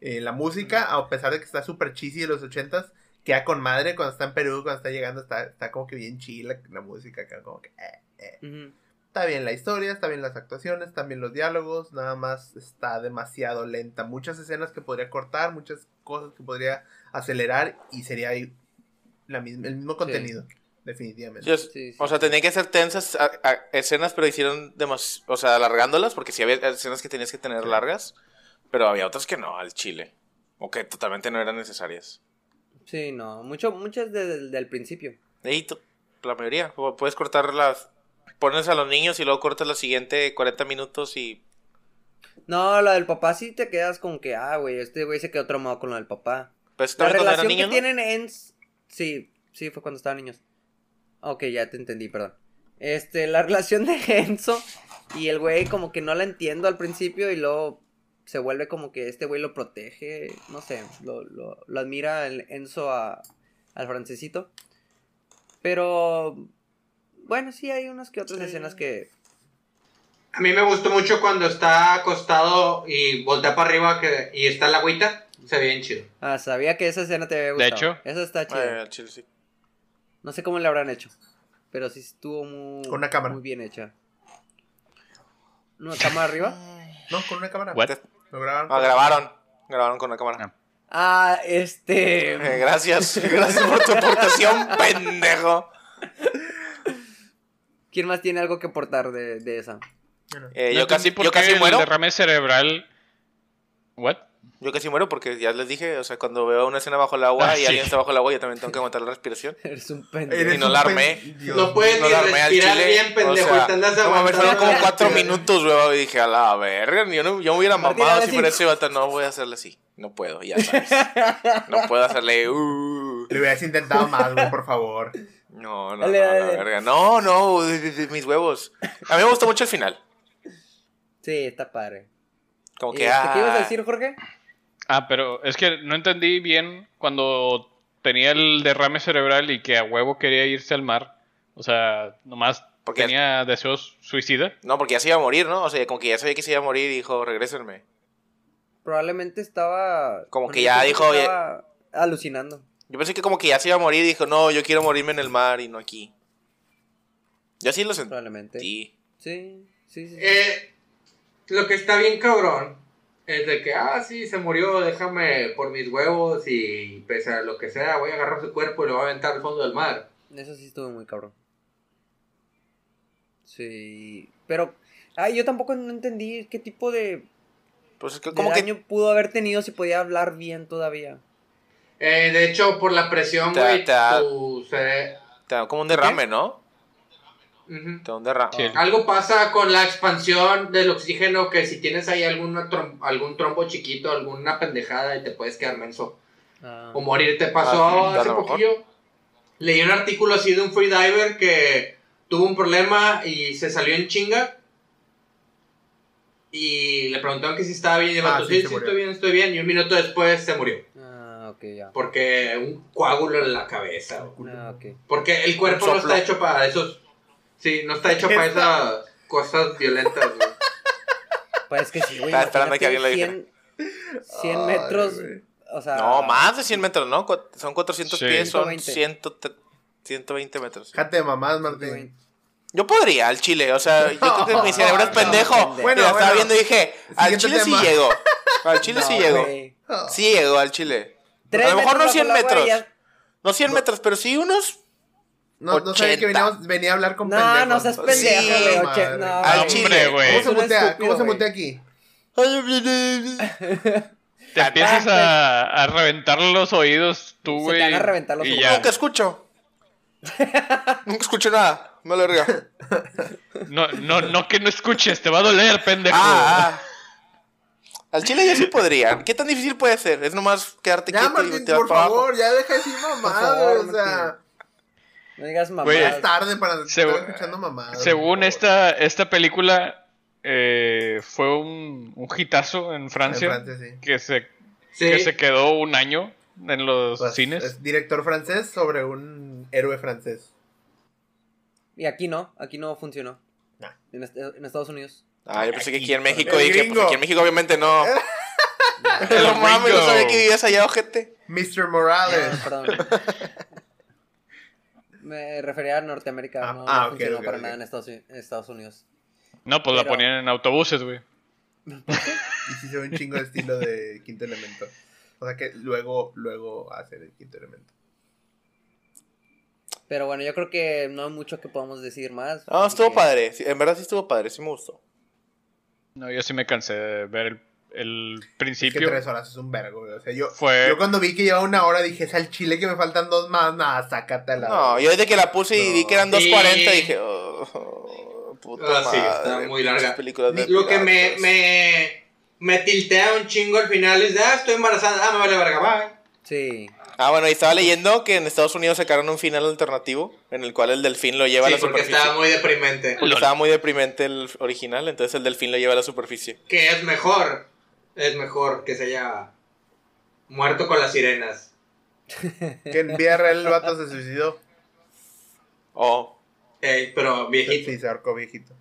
S1: Eh, la música, a pesar de que está súper cheesy de los ochentas, queda con madre cuando está en Perú, cuando está llegando, está, está como que bien chila la, música, acá como que... eh, eh.
S3: Ujú.
S1: Está bien la historia, está bien las actuaciones, están bien los diálogos, nada más está demasiado lenta. Muchas escenas que podría cortar, muchas cosas que podría acelerar y sería ahí la misma, el mismo contenido, definitivamente.
S2: Yo-
S3: Sí, sí.
S2: O sea, tenían que hacer tensas a- a- escenas, pero hicieron demas- o sea, alargándolas, porque sí había escenas que tenías que tener largas, pero había otras que no, al chile. O que totalmente no eran necesarias.
S3: Sí, no, mucho, muchas desde el del principio.
S2: Y to- la mayoría. o Puedes cortar las. Pones a los niños y luego cortas la siguiente 40 minutos y.
S3: No, la del papá sí te quedas con que, ah, güey, este güey se quedó traumado con la del papá.
S2: Pues
S3: La
S2: también cuando eran
S3: relación
S2: niños.
S3: que
S2: ¿no?
S3: tienen en... Sí, sí, fue cuando estaban niños. Ok, ya te entendí, perdón. Este, la relación de Enzo y el güey como que no la entiendo al principio y luego se vuelve como que este güey lo protege, no sé, lo, lo- lo admira el Enzo a- al francesito. Pero, bueno, sí hay unas que otras escenas que...
S4: A mí me gustó mucho cuando está acostado y voltea para arriba que, y está la agüita. Se ve bien chido.
S3: Ah, sabía que esa escena te había gustado.
S5: hecho.
S3: Esa está
S2: Eh,
S3: chida.
S2: al chile sí.
S3: No sé cómo la habrán hecho. Pero sí estuvo muy,
S1: Con una cámara.
S3: muy bien hecha. ¿Una cámara arriba?
S1: No, con una cámara.
S5: What?
S1: Lo grabaron.
S2: Ah, grabaron. Grabaron con la cámara.
S3: Ah,
S2: Eh,
S3: este.
S2: gracias. Gracias por tu aportación, pendejo.
S3: ¿Quién más tiene algo que aportar de, de esa?
S1: Bueno,
S2: Eh,
S5: No
S2: yo, casi,
S5: entendí por
S2: yo
S5: qué
S2: casi
S5: el
S2: muero.
S5: derrame cerebral. ¿What?
S2: Yo casi muero porque ya les dije, o sea, cuando veo una escena bajo el agua
S5: Ah,
S2: y
S5: sí.
S2: alguien está bajo el agua, yo también tengo que aguantar la respiración.
S3: Eres un
S1: eres
S2: y
S3: pendejo.
S2: no
S1: un
S2: la
S1: pen-
S2: armé.
S1: Dios.
S4: No puedes
S2: No
S4: ni
S2: la armé al
S4: respirar
S2: chile,
S4: bien, pendejo.
S2: o sea,
S4: y te andas
S2: no, a ver, fueron
S4: aguantando
S2: como
S4: la
S2: cuatro
S4: respiración.
S2: minutos, güey, y dije, a la verga, yo, no, yo me hubiera
S3: Martín,
S2: mamado
S3: ahora
S2: si
S3: sí.
S2: fuera ese vato, no voy a hacerle así, no puedo, ya sabes, no puedo hacerle, uh,
S1: Lo hubieras intentado más, güey, por favor.
S2: no, no,
S3: Dale,
S2: no, la
S3: dale.
S2: verga, no, no, uy, uy, uy, mis huevos, a mí me gustó mucho el final,
S3: Sí, está padre.
S2: como
S3: ¿Y,
S2: que,
S3: este, ¿Qué ibas a
S2: ah,
S3: decir, Jorge?
S5: Ah, pero es que no entendí bien cuando tenía el derrame cerebral y que a huevo quería irse al mar. O sea, nomás
S2: Porque-
S5: tenía deseos suicida.
S2: no, porque ya se iba a morir, ¿no? O sea, como que ya sabía que se iba a morir y dijo, regrésenme,
S3: Probablemente estaba.
S2: Como
S3: bueno,
S2: que
S3: yo
S2: ya
S3: pensé
S2: dijo,
S3: Estaba alucinando.
S2: yo pensé que como que ya se iba a morir y dijo, no, yo quiero morirme en el mar y no aquí, yo así lo sentí,
S3: Probablemente. Sí, sí, sí. sí.
S4: Eh, lo que está bien cabrón es de que, ah, sí, se murió, déjame por mis huevos y pese a lo que sea, voy a agarrar su cuerpo y lo voy a aventar al fondo del mar.
S3: Eso sí estuvo muy cabrón. Sí. Pero. Ay, yo tampoco no entendí qué tipo de,
S2: pues es que
S3: de
S2: como que
S3: daño pudo haber tenido si podía hablar bien todavía.
S4: Eh, de hecho, por la presión,
S2: Te-
S4: güey,
S2: te-
S4: tu cere-
S2: te da como un derrame, ¿no?
S4: Ujú.
S2: Te da un derrame.
S5: Sí.
S4: Algo pasa con la expansión del oxígeno que si tienes ahí alguna trom- algún trombo chiquito, alguna pendejada y te puedes quedar menso.
S3: Ah.
S4: o morir te pasó
S2: Ah, sí, a
S4: hace
S2: lo mejor.
S4: poquillo. Leí un artículo así de un freediver que tuvo un problema y se salió en chinga. Y le preguntaron que si estaba bien. Y el
S1: Ah,
S4: vato,
S1: sí,
S4: sí,
S1: se
S4: sí,
S1: murió.
S4: estoy bien, estoy bien. Y un minuto después se murió.
S3: Ah, ok, ya.
S4: Porque un coágulo en la cabeza. güey.
S3: Ah, ok.
S4: Porque el cuerpo
S2: Un
S4: no
S2: soplo.
S4: está hecho para esos. Sí, no está hecho para esas cosas violentas. güey.
S3: Pues es que sí, güey.
S2: Estaba esperando
S3: imagínate
S2: a que alguien lo
S3: 100, 100 metros,
S1: Ay, güey.
S3: o sea...
S2: No, más de 100 metros, ¿no? Cu- Son 400
S5: Sí.
S2: pies, son
S3: 120.
S2: 100 120 metros.
S1: Déjate de mamás, Martín.
S3: 120.
S2: Yo podría, al chile, o sea, yo creo que mi cerebro es
S3: No,
S2: pendejo.
S3: no,
S2: bueno,
S1: bueno,
S2: estaba
S1: bueno.
S2: viendo y dije, al
S1: Siguiente
S2: chile sí
S1: tema.
S2: llego. Al chile sí
S3: No,
S2: llego.
S3: güey.
S1: Ah.
S2: Sí llego al chile.
S3: Tres
S2: a lo mejor
S3: metros
S2: no
S3: bajo
S2: 100
S3: el agua
S2: metros.
S3: ya-
S2: No 100 metros, pero sí unos.
S1: No, no sabía que
S2: 80.
S1: veníamos- venía a hablar con
S3: No,
S1: pendejos.
S3: no seas
S1: Sí,
S3: pendejo, güey,
S1: madre.
S3: oche- no.
S2: Al
S5: No,
S2: chile.
S5: hombre, güey.
S1: ¿Cómo
S3: Eso
S1: se
S3: no es
S1: mutea?
S3: estúpido,
S1: ¿Cómo se
S3: güey.
S1: mutea aquí?
S5: Te empiezas a, a reventar los oídos tú,
S3: Se te
S5: güey.
S3: van a reventar los
S5: y
S3: oídos.
S5: ya.
S2: Nunca escucho. Nunca escucho nada. Me lo verga.
S5: No, no, no que no escuches, te va a doler, pendejo.
S2: Ah, ah. Al chile yo sí podría. ¿Qué tan difícil puede ser? Es nomás quedarte
S1: Ya,
S2: quieto y
S1: Martín,
S2: te vas
S1: por
S2: para abajo.
S1: favor, ya deja de decir
S3: favor,
S1: mamadas. O sea,
S3: Martín. No digas mamá.
S5: Güey,
S1: es tarde para
S5: Se-
S1: estar escuchando mamadas.
S5: Según
S1: por
S5: esta, esta película, eh, fue un, un hitazo en
S1: favor. En
S5: Francia,
S1: Francia, sí.
S5: que, se,
S4: Sí.
S5: que se quedó un año en los
S1: Pues,
S5: cines.
S1: Es director francés sobre un héroe francés.
S3: Y aquí no, aquí no funcionó.
S1: Nah.
S3: En, est- en Estados Unidos.
S2: Ah, yo pensé que
S1: Aquí,
S2: aquí en
S1: por
S2: México
S1: el
S2: dije, pues
S1: gringo.
S2: aquí en México obviamente no.
S5: El
S2: No mames, no
S5: gringo.
S2: sabía que vivías allá, ojete.
S1: Mr.
S3: Ah,
S1: Morales.
S3: perdón. Me refería a Norteamérica,
S1: Ah,
S3: no,
S1: ah,
S3: no
S1: ok,
S3: funcionó
S1: ok,
S3: para
S1: ok.
S3: nada en Estados, en Estados Unidos.
S5: No, pues la
S3: Pero-
S5: ponían en autobuses, güey.
S1: Y sí se ve un chingo de estilo de quinto elemento. O sea que luego, luego hace el quinto elemento.
S3: Pero bueno, yo creo que no hay mucho que podamos decir más.
S2: No,
S3: así
S2: estuvo
S3: que-
S2: padre. sí, En verdad sí estuvo padre, sí me gustó.
S5: No, yo sí me cansé de ver el, el
S1: Es que
S5: principio.
S1: tres horas es un vergo, güey. O sea, yo,
S5: Fue-
S1: yo cuando vi que llevaba una hora dije, es al chile que me faltan dos más, nada, sácatela.
S2: No, yo desde que la puse y
S1: No.
S2: vi que eran
S4: Sí.
S2: 2.40 dije, oh, oh, puta
S4: Ah, sí, está
S2: madre,
S4: muy larga.
S2: pinches películas de
S4: Lo que me,
S2: piratas.
S4: me, me tiltea un chingo al final es de, ah, estoy embarazada, ah, me vale verga, bye.
S3: Sí.
S2: Ah, bueno, y estaba leyendo que en Estados Unidos sacaron un final alternativo en el cual el delfín lo lleva a
S4: Sí,
S2: la
S4: porque
S2: superficie.
S4: estaba muy deprimente.
S2: Porque estaba muy deprimente el original, entonces el delfín lo lleva a la superficie.
S4: Que es mejor, es mejor que se haya muerto con las sirenas.
S1: Que en vida real el vato se suicidó.
S2: Oh,
S4: Ey, pero viejito.
S1: Sí, se ahorcó viejito.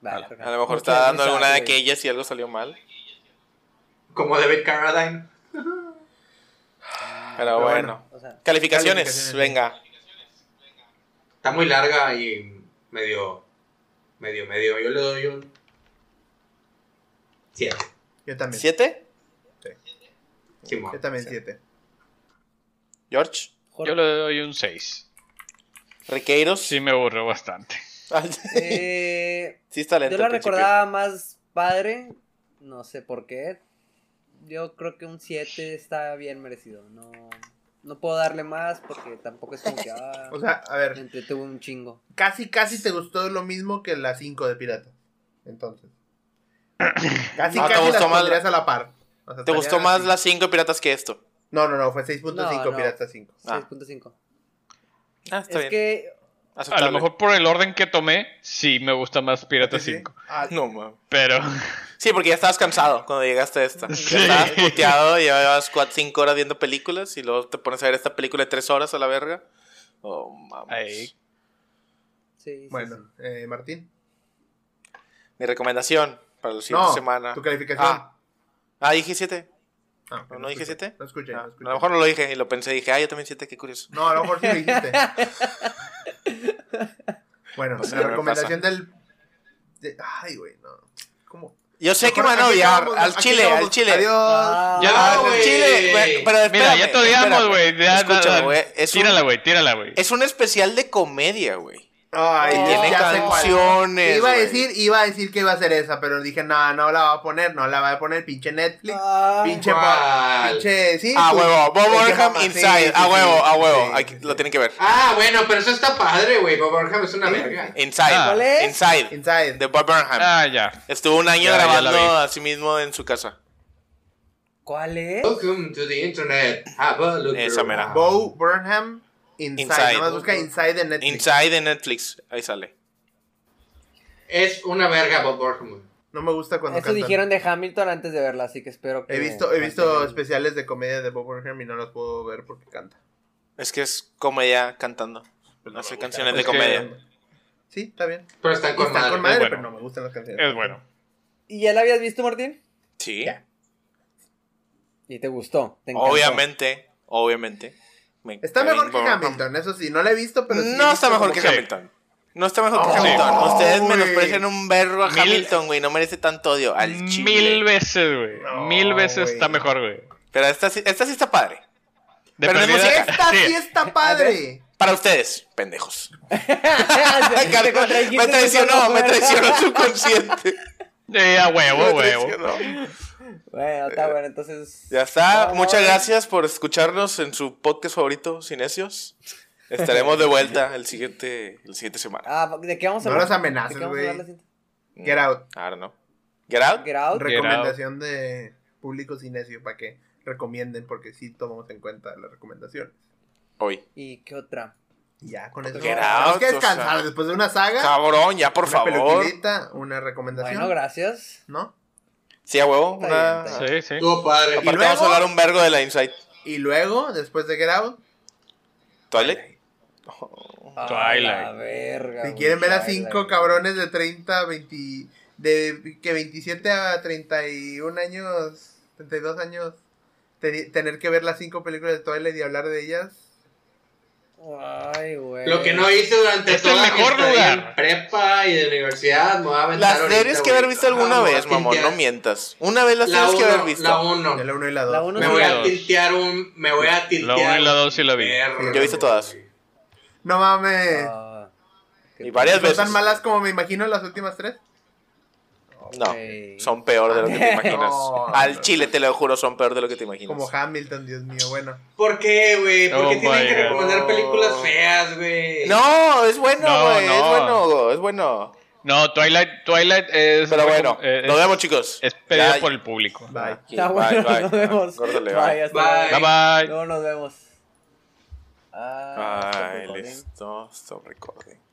S3: Vale,
S2: a lo mejor
S3: Muchas
S2: estaba dando
S3: risas,
S2: alguna de
S3: güey.
S2: aquellas y algo salió mal.
S4: Como David Carradine.
S2: Pero
S1: Pero
S2: bueno.
S1: bueno.
S3: O sea,
S2: Calificaciones,
S1: Calificaciones.
S2: venga.
S4: Está muy larga y medio, medio, medio. Yo le doy un... Siete.
S1: Yo también.
S2: ¿Siete?
S1: Yo
S4: Simón.
S1: también siete.
S2: George.
S5: Yo le doy un 6.
S2: Requeiros.
S5: Sí
S2: Sí,
S5: me aburrió bastante.
S3: eh,
S2: está lento.
S3: yo la
S2: al principio.
S3: recordaba más padre, no sé por qué. Yo creo que un 7 está bien merecido. No, no puedo darle más porque tampoco es como que ah,
S1: O sea, a
S3: me
S1: ver,
S3: entretuvo un chingo.
S2: Ah,
S1: casi, casi te gustó lo mismo que la 5 de Pirata. Entonces. Casi,
S2: No, te
S1: casi
S2: gustó
S1: las
S2: más la-
S1: pondrías a la par. O sea,
S2: ¿Te
S1: estarían
S2: gustó más
S1: así.
S2: las cinco piratas que esto?
S1: No, no, no, fue 6.5
S3: No, no.
S1: Pirata 5.
S2: Ah.
S3: 6.5.
S2: Ah,
S3: Es que
S5: A lo mejor por el orden que tomé, sí me gusta más Pirata
S1: Sí, sí.
S5: 5.
S1: Ah,
S2: No, mames.
S5: Pero
S2: Sí, porque ya estabas cansado cuando llegaste a esta.
S5: Sí.
S2: Ya estabas puteado, ya llevas 5 horas viendo películas y luego te pones a ver esta película de 3 horas a la verga. Oh, mames.
S5: Ay.
S3: sí, sí, sí.
S1: Bueno, eh, Martín.
S2: Mi recomendación para la siguiente
S1: No,
S2: semana.
S1: tu calificación.
S2: Ah. Ah, dije 7.
S1: Ah, ok,
S2: ¿No dije
S1: escuché,
S2: siete? Ah,
S1: No escuché, no
S2: a
S1: escuché.
S2: lo mejor no lo dije y lo pensé. Dije, ah, yo también 7, qué curioso.
S1: No, a lo mejor sí lo dijiste. bueno,
S2: Pasa,
S1: la
S2: me
S1: recomendación del. de- Ay, güey, no. ¿Cómo?
S2: Yo sé que
S1: Mejor
S2: me van a
S1: aquí
S2: odiar.
S1: acabamos,
S2: Al
S1: aquí
S2: chile, al
S1: acabamos.
S2: chile.
S1: Adiós.
S3: Ah,
S4: Ya,
S2: Ah,
S4: güey.
S2: al chile, güey. Pero
S5: mira,
S2: espérame,
S5: ya te odiamos,
S2: espérame.
S5: güey. Ya,
S2: Escúchame,
S5: nada.
S2: güey. Es, un-
S5: Tírala, güey, tírala, güey.
S2: es un especial de comedia, güey.
S1: Ay,
S3: No.
S2: Tiene
S1: ya sé cuál.
S2: canciones.
S1: Iba a
S2: güey.
S1: decir, iba a decir que iba a ser esa, pero dije, no, no la va a poner, no la va a poner, pinche Netflix,
S3: ah,
S1: pinche,
S4: ¿cuál?
S1: pinche, sí,
S2: A
S1: tu-
S2: Ah, huevo, Bob
S1: pinche
S2: Orham
S1: mamá, sí,
S2: Inside.
S1: sí,
S2: A
S1: sí,
S2: huevo, a
S1: sí,
S2: huevo.
S1: sí,
S2: Hay-
S1: sí,
S2: Lo
S1: sí.
S2: tienen que ver.
S4: Ah, bueno, pero eso está padre, güey. Bob Burnham es una verga.
S2: Inside.
S5: Ah.
S3: ¿Cuál es?
S2: Inside.
S1: Inside.
S2: De Bob Burnham.
S5: Ah, ya.
S2: Estuvo un año
S5: Ya, ya la
S2: grabando
S5: vi.
S2: a sí mismo en su casa.
S3: ¿Cuál es?
S4: Welcome to the internet. Have a look
S2: Esa mera.
S1: Bo Burnham Inside.
S2: Inside.
S1: Nomás busca Inside de Netflix.
S2: Inside de Netflix. Ahí sale.
S4: Es una verga Bob Burnham.
S1: No me gusta cuando
S3: Eso
S1: cantan.
S3: dijeron de Hamilton antes de verla, así que espero que.
S1: He visto, he visto
S3: mantengan-
S1: especiales de comedia de Bob Burnham y no los puedo ver porque canta.
S2: Es que es comedia cantando.
S5: Pues
S1: no
S2: Hace
S1: me gusta.
S2: canciones de
S5: Es que-
S2: comedia.
S1: Sí, está bien.
S4: Pero están
S1: Están
S4: con madre.
S1: con madre,
S5: Es bueno.
S1: pero no me gustan las canciones.
S5: Es bueno.
S3: ¿Y ya la habías visto, Martín?
S2: Sí.
S1: Ya.
S3: Y te gustó. te encantó.
S2: Obviamente. Obviamente. Me-
S1: Está
S2: me-
S1: mejor que
S2: Bob Orham.
S1: Hamilton, eso sí. No la he visto, pero sí he
S2: No está
S1: visto
S2: mejor
S1: como-
S2: que
S5: que-
S2: Hamilton. No está mejor que
S1: Oh,
S2: Hamilton.
S1: sí.
S2: Ustedes
S1: Uy.
S2: menosprecian un berro a
S5: Mil-
S2: Hamilton, güey. No merece tanto odio. Al chile.
S5: Mil veces, güey.
S1: No,
S5: Mil veces
S1: güey.
S5: está mejor, güey.
S2: Pero esta, sí- esta sí está padre.
S5: De
S2: Pero de
S5: perdida-
S2: música
S1: Esta sí
S5: sí.
S1: está padre.
S2: Para ustedes, pendejos.
S1: Este
S3: Te
S2: Cargo-
S3: contradijiste
S2: me
S3: tú
S2: traicionó,
S3: solo,
S2: me
S3: güey.
S2: traicionó su consciente.
S5: Eh, a huevo,
S2: Me
S5: huevo.
S2: traicionó.
S3: Bueno, está bueno, entonces.
S2: Ya está.
S3: No,
S2: Muchas
S3: no,
S2: gracias por escucharnos en su podcast favorito, Cinesios. Estaremos de vuelta el siguiente, el siguiente semana.
S3: Ah, ¿de qué vamos a
S1: No
S3: hablar?
S1: los amenaces,
S3: ¿De qué vamos a hablar
S1: güey.
S3: la siguiente?
S1: Get Out.
S2: Mm, Ahora no. Get out.
S3: Get Out.
S1: Recomendación de público cinesio para que recomienden, porque sí tomamos en cuenta las recomendaciones.
S2: Hoy.
S3: ¿Y qué otra?
S1: Y Ya, con eso.
S3: Get
S1: Tenemos
S2: Out,
S1: que
S2: o
S1: descansar
S2: sea.
S1: después de una saga.
S2: Cabrón, ya por
S1: una
S2: favor.
S1: peliculita, una recomendación.
S3: Bueno, gracias.
S1: ¿No?
S2: Sí, a huevo.
S3: Está
S2: una-
S3: bien, está
S5: Sí, sí.
S4: Estuvo padre.
S2: Aparte vamos a
S1: luego?
S2: hablar un vergo de la Insight.
S1: Y luego, después de Get Out,
S2: Twilight.
S3: Ah,
S5: Twilight.
S3: la verga,
S1: si
S3: güey,
S1: quieren ver a
S3: Twilight,
S1: cinco
S3: güey.
S1: cabrones de 30, 20, de que 27 a 31 años, 32 años, teni- tener que ver las cinco películas de Twilight y hablar de ellas.
S3: Ay, güey.
S4: Lo que no hice durante
S5: Es
S4: toda
S5: el
S4: mi
S5: mejor
S4: estadía
S5: lugar.
S4: en prepa y de universidad, me voy a aventar
S2: Las
S4: ahorita,
S2: series que haber
S4: güey.
S2: visto alguna
S4: Ah, me voy a
S2: vez, mamón, no
S4: tiltear.
S2: mientas. Una vez las
S4: La
S2: tienes que haber
S4: uno, la
S2: visto.
S4: uno.
S1: De la 1 y la
S3: La
S1: 2.
S3: uno
S4: Me
S3: sí
S4: voy
S3: la
S5: la
S4: a
S5: dos.
S4: tiltear un, me voy a tiltear.
S5: uno y la
S4: un
S5: dos sí la vi.
S4: perro,
S2: Yo he visto todas.
S4: güey.
S1: No mames.
S3: Ah,
S2: Y varias
S1: ¿Son
S2: veces.
S1: tan malas como me imagino las últimas tres?
S2: No,
S3: güey.
S2: son peor de lo que te imaginas.
S1: No.
S2: Al chile, te lo juro, son peor de lo que te imaginas.
S1: Como Hamilton, Dios mío, bueno.
S4: ¿Por qué, güey? ¿Por
S5: Oh
S4: qué tienen
S5: my
S4: que
S5: God.
S4: recomendar películas feas, güey?
S2: No, es bueno,
S5: No,
S2: güey,
S5: no.
S2: es bueno, es bueno.
S5: No, Twilight, Twilight es.
S2: Pero bueno,
S5: eh,
S2: nos
S5: es,
S2: vemos, chicos.
S5: es pedida
S2: Ya,
S5: por el público.
S1: Bye.
S2: aquí,
S3: Está bueno,
S2: bye,
S3: nos
S2: bye.
S3: vemos.
S2: Córdale,
S3: Bye,
S2: bye.
S3: hasta
S4: Bye.
S5: Bye
S3: luego.
S5: bye.
S3: No nos vemos. Ah,
S2: Ay,
S3: recording.
S2: listo, stop recording.